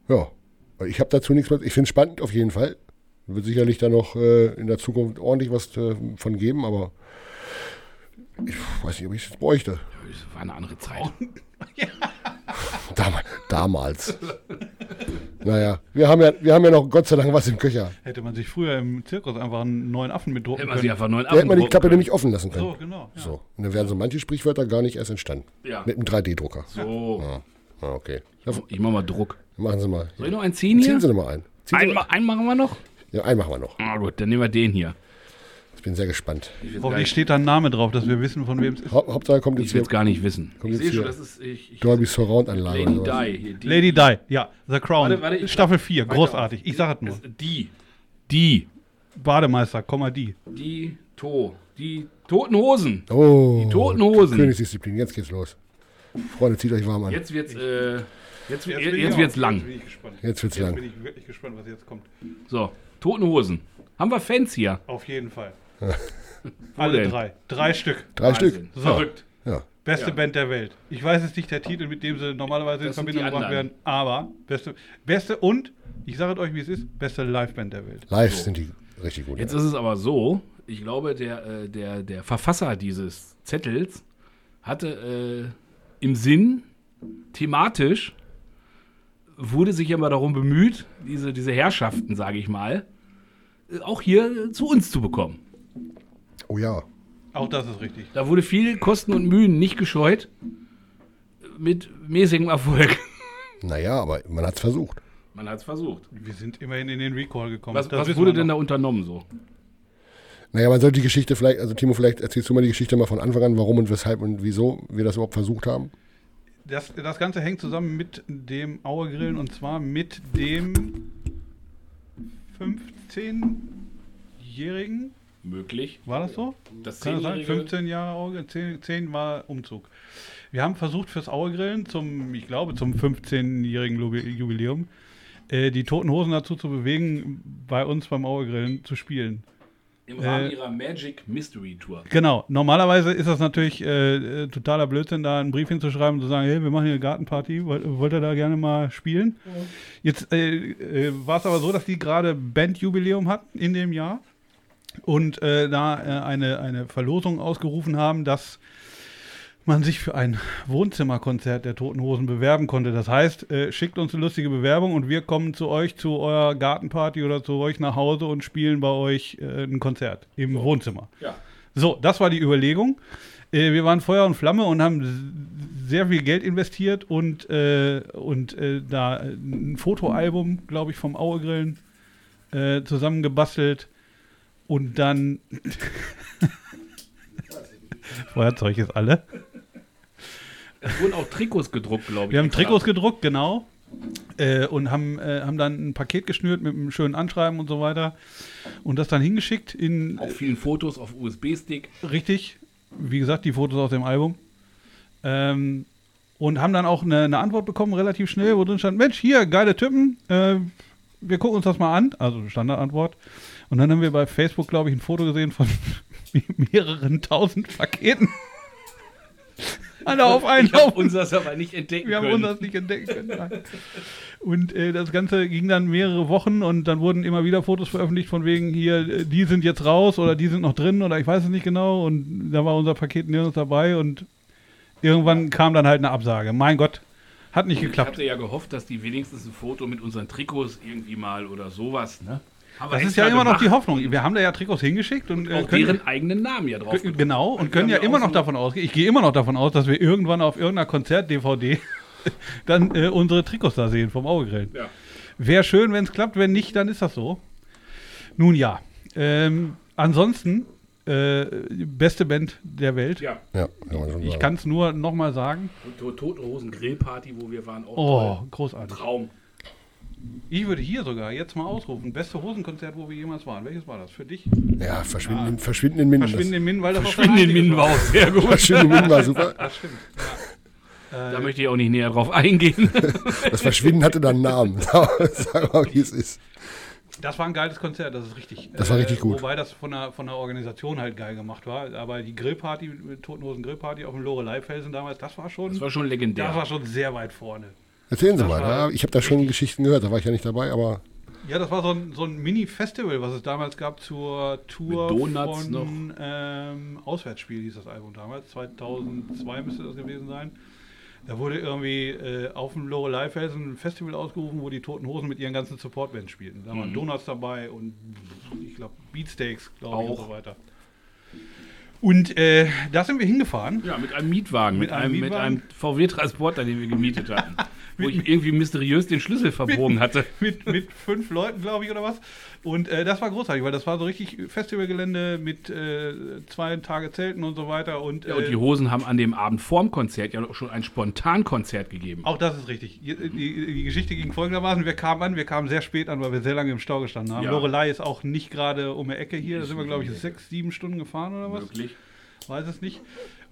S3: Ja. Ich habe dazu nichts mehr. Ich finde es spannend auf jeden Fall. Wird sicherlich da noch äh, in der Zukunft ordentlich was äh, von geben, aber ich weiß nicht, ob ich es jetzt bräuchte.
S2: Das war eine andere Zeit.
S1: Oh,
S3: Dam damals. naja, wir haben, ja, wir haben ja noch Gott sei Dank was im Köcher.
S1: Hätte man sich früher im Zirkus einfach einen neuen Affen mitdrucken
S2: Hätte man sich
S1: können.
S2: einfach neuen
S3: Da hätte man die
S2: abgedruckt.
S3: Klappe nämlich offen lassen können.
S1: So,
S3: So.
S1: genau. Ja.
S3: Und dann wären so manche Sprichwörter gar nicht erst entstanden.
S2: Ja.
S3: Mit einem 3D-Drucker.
S2: So,
S3: Ah, okay. Ja,
S2: ich mach mal Druck.
S3: machen Sie mal.
S2: Soll ich noch einen ziehen
S3: Ziehen
S2: hier?
S3: Sie nochmal ein. Ziehen Sie
S2: Einen, ma- einen machen wir noch?
S3: ja, einen machen wir noch.
S2: Ah gut, dann nehmen wir den hier.
S3: Ich bin sehr gespannt.
S1: Hoffentlich steht da ein Name drauf, dass wir wissen, von wem es ist.
S3: Hau Hauptsache kommt jetzt
S2: Ich will
S3: hier
S2: es gar nicht wissen.
S3: Kommt jetzt seh schon, hier. das
S2: ist... Ich,
S3: Dolby Surround-Anlage. oder
S2: Lady
S3: sowas.
S2: Di. Hier, die,
S1: Lady Di, ja, The Crown,
S2: Warte, warte, ich-
S1: Staffel 4,
S2: Weiter.
S1: großartig. Ich sag es nur.
S2: Es- Die. Die.
S1: Bademeister, Komma die.
S2: Die. To. Die toten Hosen.
S3: Oh,
S2: Die toten Hosen.
S3: Königsdisziplin, jetzt geht's los. Freunde, zieht euch warm an. Jetzt,
S2: Jetzt wird's... Äh, jetzt, jetzt, jetzt wird's lang.
S1: bin ich gespannt.
S3: wird's lang.
S1: ich wirklich gespannt, was jetzt kommt.
S2: So, Toten Hosen. Haben wir Fans hier?
S1: Auf jeden Fall.
S2: Wo
S1: Alle
S2: denn?
S1: drei. Drei Stück.
S3: Drei
S2: Wahnsinn.
S3: Stück.
S2: Verrückt.
S3: Ja.
S1: Beste
S2: Ja.
S1: Band der Welt. Ich weiß jetzt nicht der Titel, mit dem sie normalerweise in
S2: Das sind
S1: Verbindung
S2: die
S1: gebracht
S2: anderen.
S1: werden, aber beste, beste und, ich sage es euch, wie es ist, beste Liveband der Welt.
S3: Live sind die richtig gut.
S2: Jetzt
S3: ja.
S2: ist es aber so, ich glaube, der, äh, der, der Verfasser dieses Zettels hatte äh, im Sinn, thematisch, wurde sich immer darum bemüht, diese, diese Herrschaften, sage ich mal, äh, auch hier äh, zu uns zu bekommen.
S3: Oh ja.
S1: Auch das ist richtig.
S2: Da wurde viel Kosten und Mühen nicht gescheut, äh, mit mäßigem Erfolg.
S3: Naja, aber man hat's versucht.
S2: Man hat es versucht.
S1: Wir sind immerhin in den Recall gekommen.
S2: Was,
S1: Das
S2: was
S1: wissen
S2: wurde
S1: wir
S2: denn da
S1: noch.
S2: unternommen so?
S3: Naja, man sollte die Geschichte vielleicht, also Timo, vielleicht erzählst du mal die Geschichte mal von Anfang an, warum und weshalb und wieso wir das überhaupt versucht haben.
S1: Das, das Ganze hängt zusammen mit dem Auergrillen und zwar mit dem 15-Jährigen,
S2: Möglich.
S1: war das so?
S2: Das
S1: Kann das sein?
S2: 10-Jährige-
S1: 15 Jahre Auge, 10, 10 war Umzug. Wir haben versucht fürs Augegrillen zum, ich glaube, zum 15-jährigen Lubi- Jubiläum, äh, die toten Hosen dazu zu bewegen, bei uns beim Augegrillen zu spielen.
S2: Im Rahmen
S1: Äh,
S2: ihrer Magic Mystery Tour.
S1: Genau, normalerweise ist das natürlich äh, äh, totaler Blödsinn, da einen Brief hinzuschreiben und zu sagen, hey, wir machen hier eine Gartenparty, wollt, wollt ihr da gerne mal spielen? Jetzt äh, äh, war es aber so, dass die gerade Bandjubiläum hatten in dem Jahr und äh, da äh, eine, eine Verlosung ausgerufen haben, dass man sich für ein Wohnzimmerkonzert der Toten Hosen bewerben konnte. Das heißt, äh, schickt uns eine lustige Bewerbung und wir kommen zu euch, zu eurer Gartenparty oder zu euch nach Hause und spielen bei euch äh, ein Konzert im Wohnzimmer.
S2: Ja.
S1: So, das war die Überlegung. Äh, wir waren Feuer und Flamme und haben s- sehr viel Geld investiert und, äh, und äh, da ein Fotoalbum, glaube ich, vom Auegrillen äh, zusammengebastelt und dann. Feuerzeug ist alle.
S2: Es wurden auch Trikots gedruckt, glaube ich.
S1: Wir haben
S2: extra.
S1: Trikots gedruckt, genau. Äh, und haben, äh, haben dann ein Paket geschnürt mit einem schönen Anschreiben und so weiter. Und das dann hingeschickt in,
S2: Auf vielen Fotos, auf USB-Stick.
S1: Richtig. Wie gesagt, die Fotos aus dem Album. Ähm, und haben dann auch eine, eine Antwort bekommen, relativ schnell, wo drin stand: Mensch, hier, geile Typen. Äh, wir gucken uns das mal an. Also Standardantwort. Und dann haben wir bei Facebook, glaube ich, ein Foto gesehen von mehreren tausend Paketen. Alle auf einen
S2: Ich habe
S1: Haufen.
S2: unseres aber nicht entdecken
S1: Wir haben
S2: können.
S1: unseres nicht entdecken können. Nein. Und äh, das Ganze ging dann mehrere Wochen und dann wurden immer wieder Fotos veröffentlicht von wegen hier, äh, die sind jetzt raus oder die sind noch drin oder ich weiß es nicht genau. Und da war unser Paket nirgends dabei und irgendwann kam dann halt eine Absage. Mein Gott, hat nicht
S2: ich
S1: geklappt.
S2: hatte ja gehofft, dass die wenigstens ein Foto mit unseren Trikots irgendwie mal oder sowas. Ne? Haben wir
S1: Das ist ja
S2: extra
S1: immer noch die
S2: gemacht.
S1: Hoffnung. Wir haben da ja Trikots hingeschickt und, äh,
S2: Auch
S1: können,
S2: deren eigenen Namen ja drauf. gedruckt.
S1: genau und können
S2: haben
S1: ja
S2: ja
S1: immer
S2: auch
S1: noch
S2: so-
S1: davon ausgehen. Ich gehe immer noch davon aus, dass wir irgendwann auf irgendeiner Konzert-DVD dann äh, unsere Trikots da sehen vom Augegrillen.
S2: Ja.
S1: Wäre schön, wenn es klappt. Wenn nicht, dann ist das so. Nun ja. Ähm, ansonsten, äh, beste Band der Welt.
S2: ja.
S3: Ja, kann man schon
S1: Ich
S3: sagen.
S1: kann es nur nochmal sagen.
S2: Und to- Toten Hosen Grillparty, wo wir waren, auch
S1: Oh,
S2: toll.
S1: großartig.
S2: Traum.
S1: Ich würde hier sogar jetzt mal ausrufen: Beste Hosenkonzert, wo wir jemals waren. Welches war das für dich?
S3: ja, verschwinden, in- verschwinden in Minden.
S1: Verschwinden in Minden, weil das auch
S2: Schwinn
S1: dein
S2: den
S1: einziges
S2: Minden war auch sehr gut.
S3: Das, verschwinden in Minden war super.
S1: Das stimmt.
S2: Da möchte ich auch nicht näher drauf eingehen.
S3: Das Verschwinden hatte dann einen Namen. Sag mal, wie es ist.
S1: Das war ein geiles Konzert, das ist richtig. äh,
S3: Das war richtig gut.
S1: Wobei das von der, von der Organisation halt geil gemacht war. Aber die Grillparty, Totenhosen Grillparty auf dem Lorelei-Felsen damals, das war schon,
S2: Das war schon legendär.
S1: das war schon sehr weit vorne.
S3: Erzählen Sie mal.
S1: war-
S3: Ja, ich habe da schon Geschichten gehört, da war ich ja nicht dabei, aber
S1: Ja, das war so ein, so ein Mini-Festival, was es damals gab zur Tour
S2: Mit Donuts
S1: von
S2: noch.
S1: Ähm, Auswärtsspiel hieß das Album damals. 2002 müsste das gewesen sein. Da wurde irgendwie äh, auf dem Lorelei-Felsen ein Festival ausgerufen, wo die Toten Hosen mit ihren ganzen Support-Bands spielten. Da
S2: Mhm.
S1: waren Donuts dabei und ich glaube Beatsteaks, glaube ich, und
S2: Auch.
S1: so weiter. Und äh, da sind wir hingefahren.
S2: Ja, mit einem Mietwagen, mit,
S1: Mit einem
S2: einem,
S1: Mietwagen?
S2: mit einem VW-Transporter, den wir gemietet hatten. wo ich irgendwie mysteriös den Schlüssel verbogen hatte.
S1: mit, mit fünf Leuten, glaube ich, oder was. Und äh, das war großartig, weil das war so richtig Festivalgelände mit äh, zwei Tage Zelten und so weiter. Und, äh,
S2: Ja, und die Hosen haben an dem Abend vorm Konzert ja auch schon ein Spontankonzert gegeben.
S1: auch das ist richtig. Die,
S2: Mhm.
S1: die, die Geschichte ging folgendermaßen: Wir kamen an, wir kamen sehr spät an, weil wir sehr lange im Stau gestanden haben.
S2: Ja.
S1: Lorelei ist auch nicht gerade um die Ecke hier. Da sind wir, glaube ich, sechs, sieben Stunden gefahren oder was?
S2: Wirklich?
S1: Weiß es nicht.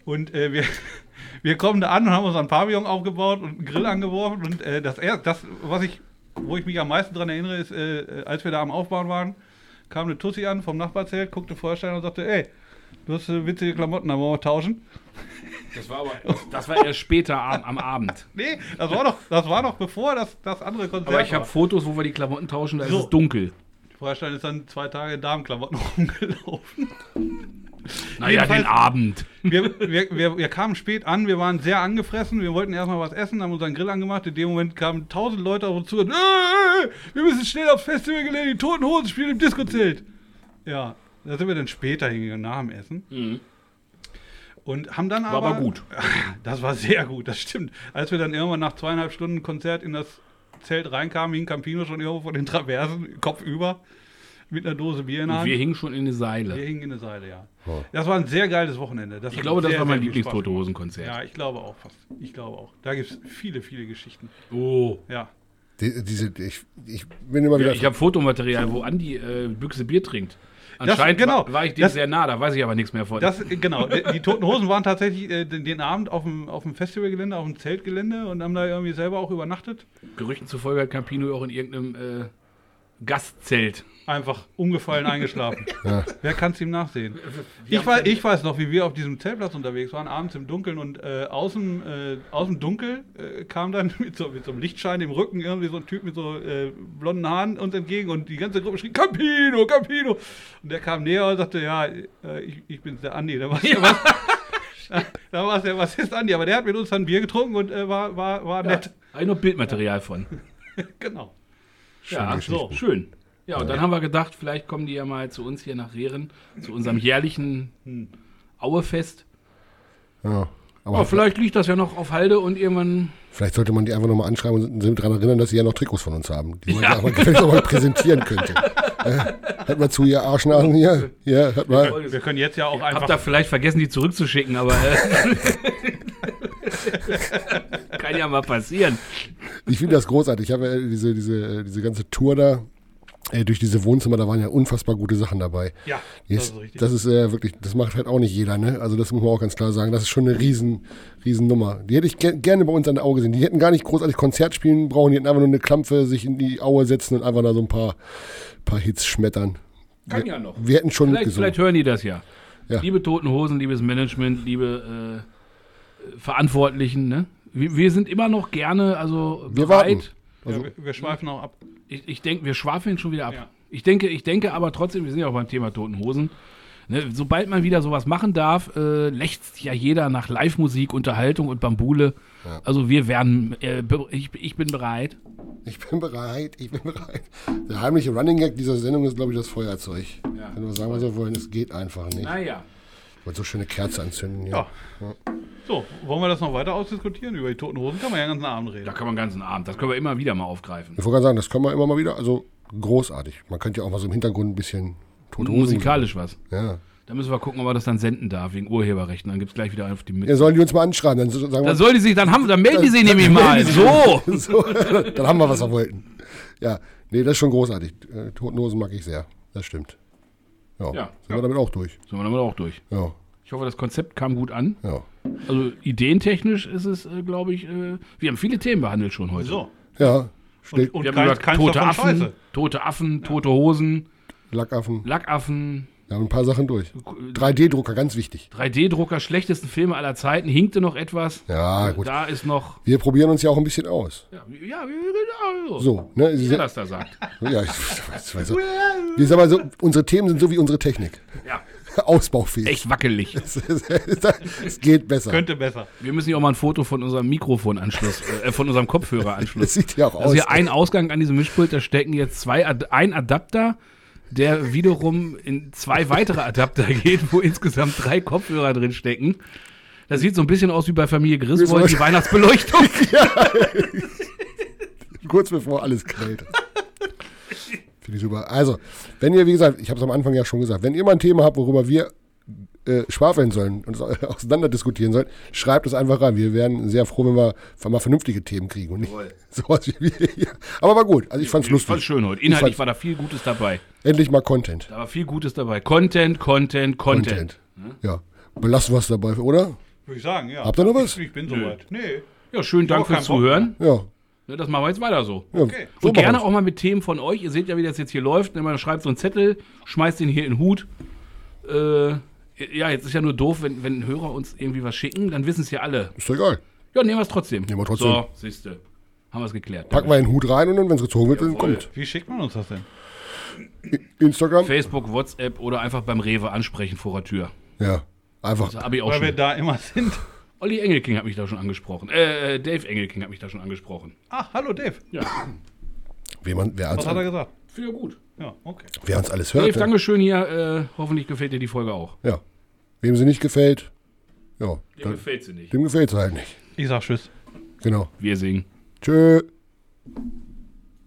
S1: Und äh, wir, wir kommen da an und haben uns ein Pavillon aufgebaut und einen Grill angeworfen. Und äh, das, er- das, was ich, wo ich mich am meisten daran erinnere, ist, äh, als wir da am Aufbauen waren, kam eine Tussi an vom Nachbarzelt, guckte Feuerstein und sagte, ey, du hast äh, witzige Klamotten, da wollen wir tauschen.
S2: Das war aber das war erst später am, am Abend.
S1: Nee, das war doch, das war doch bevor das, das andere Konzert
S2: Aber ich habe
S1: war.
S2: Fotos, wo wir die Klamotten tauschen, da
S1: So.
S2: ist es dunkel.
S1: Feuerstein ist dann zwei Tage in Damenklamotten rumgelaufen.
S2: Naja,
S1: Jedenfalls-
S2: den Abend.
S1: wir, wir, wir, wir kamen spät an, wir waren sehr angefressen, wir wollten erstmal was essen, haben unseren Grill angemacht. In dem Moment kamen tausend Leute auf uns zu und äh, äh, wir müssen schnell aufs Festival gelegen, die toten Hosen spielen im Disco-Zelt. Ja, da sind wir dann später hingegangen, nach dem Essen. Und haben dann
S2: Mhm. War
S1: aber.
S2: aber gut.
S1: Das war sehr gut, das stimmt. Als wir dann irgendwann nach zweieinhalb Stunden Konzert in das Zelt reinkamen, hing Campino schon irgendwo von den Traversen, Kopf über, mit einer Dose Bier in der
S2: Und
S1: Hand.
S2: wir hingen schon in die Seile.
S1: Wir hingen in der Seile, ja. Das war ein sehr geiles Wochenende.
S2: Ich glaube, das war mein
S1: Lieblingstotohosen.
S2: Lieblingstote-Hosen-Konzert.
S1: Ja, ich glaube auch fast. Ich glaube auch. Da gibt es viele, viele Geschichten.
S2: Oh.
S1: Ja.
S3: Die, diese, ich, ich bin immer
S2: Ja,
S3: wieder.
S2: ich habe Fotomaterial, wo Andi äh, Büchse Bier trinkt. Anscheinend
S1: genau.
S2: war, war ich dem
S1: Das-
S2: sehr nah, da weiß ich aber nichts mehr von.
S1: Das, äh, genau, die die Toten Hosen waren tatsächlich äh, den den Abend auf dem, auf dem Festivalgelände, auf dem Zeltgelände und haben da irgendwie selber auch übernachtet.
S2: Gerüchten zufolge hat Campino auch in irgendeinem äh, Gastzelt.
S1: Einfach umgefallen, eingeschlafen.
S3: Ja.
S1: Wer kann es ihm nachsehen? Ich weiß, ich weiß noch, wie wir auf diesem Zeltplatz unterwegs waren, abends im Dunkeln und äh, aus, dem, äh, aus dem Dunkel äh, kam dann mit so, mit so einem Lichtschein im Rücken irgendwie so ein Typ mit so äh, blonden Haaren uns entgegen und die ganze Gruppe schrie, Campino, Campino! Und der kam näher und sagte, ja, äh, ich, ich bin's, der Andi, da war's ja was. Da war es der Bassist Andi, aber der hat mit uns dann Bier getrunken und äh, war, war, war
S2: Ja,
S1: nett.
S2: habe ich noch Bildmaterial von.
S1: Genau.
S2: Ja, so,
S3: Geschichten.
S2: schön. Ja, und dann haben wir gedacht, vielleicht kommen die ja mal zu uns hier nach Rehren, zu unserem jährlichen Auefest.
S3: Ja. Aber
S2: Aber Oh, vielleicht liegt das ja noch auf Halde und irgendwann.
S3: vielleicht sollte man die einfach nochmal anschreiben und sie daran erinnern, dass sie ja noch Trikots von uns haben, die man
S2: Ja.
S3: ja. aber vielleicht auch mal präsentieren könnte. Ja. Hört mal zu, ihr Arschnasen hier. Ja, hört mal.
S1: Wir können jetzt ja auch
S2: Hab
S1: einfach
S2: da vielleicht vergessen, die zurückzuschicken, aber. Äh, kann ja mal passieren.
S3: Ich finde das großartig. Ich habe ja diese, diese, äh, diese ganze Tour da. äh, Durch diese Wohnzimmer, da waren ja unfassbar gute Sachen dabei.
S1: Ja,
S3: Yes, das ist, äh, wirklich, das macht halt auch nicht jeder, ne? Also das muss man auch ganz klar sagen. Das ist schon eine riesen, riesen Nummer. Die hätte ich ge gerne bei uns an der Aue gesehen. Die hätten gar nicht großartig Konzert spielen brauchen, die hätten einfach nur eine Klampfe sich in die Aue setzen und einfach da so ein paar, paar Hits schmettern.
S2: Kann ja noch.
S3: Wir hätten schon
S2: Vielleicht,
S3: mitgesungen.
S2: vielleicht hören die das ja.
S3: Ja.
S2: Liebe Toten Hosen, liebes Management, liebe äh, Verantwortlichen, ne? Wir, wir sind immer noch gerne, also
S3: Wir warten.
S2: bereit.
S1: ja,
S3: also-
S1: wir, wir schweifen auch ab.
S2: Ich, ich denke, wir schwafeln schon wieder ab.
S1: Ja.
S2: Ich denke, ich denke aber trotzdem, wir sind ja auch beim Thema Toten Hosen. Ne, sobald man wieder sowas machen darf, äh, lechzt ja jeder nach Live-Musik, Unterhaltung und Bambule. Also wir werden, äh, be- ich, ich bin bereit.
S3: Ich bin bereit, ich bin bereit. Der heimliche Running Gag dieser Sendung ist, glaube ich, das Feuerzeug.
S2: Ja.
S3: Wenn wir sagen, was wir wollen, es geht einfach nicht.
S2: Naja.
S3: Ich wollte so schöne Kerze anzünden. hier.
S1: Ja. So, wollen wir das noch weiter ausdiskutieren? Über die toten Hosen kann man ja den ganzen Abend
S2: Da
S1: reden.
S2: kann man den ganzen Abend, das können wir immer wieder mal aufgreifen.
S3: Ich wollte gerade sagen, das können wir immer mal wieder. Also großartig. Man könnte ja auch mal so im Hintergrund ein bisschen tote Hosen.
S2: Musikalisch was.
S3: Ja.
S2: Da müssen wir gucken, ob er das dann senden darf, wegen Urheberrechten. Dann gibt es gleich wieder auf die
S3: Ja,
S2: Mitte.
S3: sollen die uns mal anschreiben, dann so- sagen
S2: Dann
S3: wir,
S2: soll die sich, dann haben, dann melden die sich nämlich mal. So!
S3: so, dann haben wir, was wir wollten. Ja, nee, das ist schon großartig. Äh, Toten Hosen mag ich sehr, das stimmt. Ja,
S2: Ja,
S3: sind
S2: ja.
S3: wir damit auch durch.
S2: Sind wir damit auch durch.
S3: Ja,
S2: Ich hoffe, das Konzept kam gut an.
S3: ja.
S2: Also ideentechnisch ist es, äh, glaube ich, äh, wir haben viele Themen behandelt schon heute.
S1: So,
S3: Ja,
S1: und,
S3: Schnell,
S1: und
S2: wir haben
S1: kein,
S2: über
S1: keins
S2: tote
S1: davon
S2: Affen,
S1: scheiße.
S2: tote Affen, tote Hosen,
S3: Lackaffen,
S2: Lackaffen,
S3: wir haben ein paar Sachen durch. 3D-Drucker, ganz wichtig.
S2: 3D-Drucker, schlechtesten Filme aller Zeiten, hinkte noch etwas.
S3: Ja, gut.
S2: Da ist noch.
S3: Wir probieren uns ja auch ein bisschen aus.
S2: Ja, ja genau.
S3: So, ne?
S2: Wie er
S3: Ja,
S2: das da sagt.
S3: ja ich, ich weiß so. Wir sagen mal so, unsere Themen sind so wie unsere Technik.
S2: Ja,
S3: Ausbaufähig.
S2: echt wackelig.
S3: es geht besser.
S1: Könnte besser.
S2: Wir müssen ja auch mal ein Foto von unserem Mikrofonanschluss, äh, von unserem Kopfhöreranschluss
S3: Das sieht ja auch
S2: Also
S3: aus.
S2: hier ein Ausgang an diesem Mischpult, da stecken jetzt zwei Ad ein Adapter, der wiederum in zwei weitere Adapter geht, wo insgesamt drei Kopfhörer drin stecken. Das sieht so ein bisschen aus wie bei Familie Griswold, die Weihnachtsbeleuchtung.
S3: kurz bevor alles knallt. Finde ich super. Also, wenn ihr, wie gesagt, ich habe es am Anfang ja schon gesagt, wenn ihr mal ein Thema habt, worüber wir äh, schwafeln sollen und es au- auseinander diskutieren sollen, schreibt es einfach rein. Wir wären sehr froh, wenn wir wenn wir mal vernünftige Themen kriegen und nicht sowas wie wir hier. Aber war gut. Also ich fand's
S2: Voll
S3: lustig.
S2: schön heute. Inhaltlich war da viel Gutes dabei.
S3: Endlich mal Content.
S2: Da war viel Gutes dabei. Content, Content, Content.
S3: Ja. Belassen wir es dabei, oder?
S1: Würde ich sagen, ja.
S3: Habt ihr noch was?
S1: Ich, ich bin soweit. Nee.
S2: Ja, schönen Dank
S1: Auch kein
S2: fürs
S1: Bock.
S2: Zuhören.
S3: Ja.
S2: Ne, Das machen wir jetzt weiter so.
S3: ja.
S1: Okay.
S3: So
S2: Und gerne
S3: machen
S2: auch mal mit Themen von euch. Ihr seht ja, wie das jetzt hier läuft. Man schreibt so einen Zettel, schmeißt den hier in den Hut. Äh, ja, jetzt ist ja nur doof, wenn, wenn Hörer uns irgendwie was schicken, dann wissen es ja alle.
S3: wir's. Ist doch egal.
S2: Ja, nehmen wir es trotzdem.
S3: Nehmen wir trotzdem.
S2: So, siehste. Haben wir es geklärt.
S3: Packen wir in den Hut rein und dann, wenn es gezogen wird, dann
S2: Jawohl.
S3: kommt.
S1: Wie schickt man uns das denn?
S3: Instagram.
S2: Facebook, WhatsApp oder einfach beim Rewe ansprechen vor der Tür.
S3: Ja. Einfach.
S2: Da habe ich auch
S1: Weil wir
S2: schon.
S1: da immer sind.
S2: Olli Engelking hat mich da schon angesprochen. Äh, äh, Dave Engelking hat mich da schon angesprochen.
S1: Ach, hallo Dave.
S3: Wer, man, wer,
S1: Was hat er
S3: uns,
S1: gesagt?
S2: Finde ich gut.
S1: Ja, okay.
S3: wer uns alles
S2: Dave,
S3: hört. ne?
S2: Dankeschön hier. Äh, hoffentlich gefällt dir die Folge auch.
S3: Ja. Wem sie nicht gefällt, ja,
S2: Dir
S3: dann,
S2: gefällt sie nicht.
S3: dem gefällt es halt nicht.
S1: Ich sag Tschüss.
S3: Genau.
S2: Wir singen.
S3: Tschö.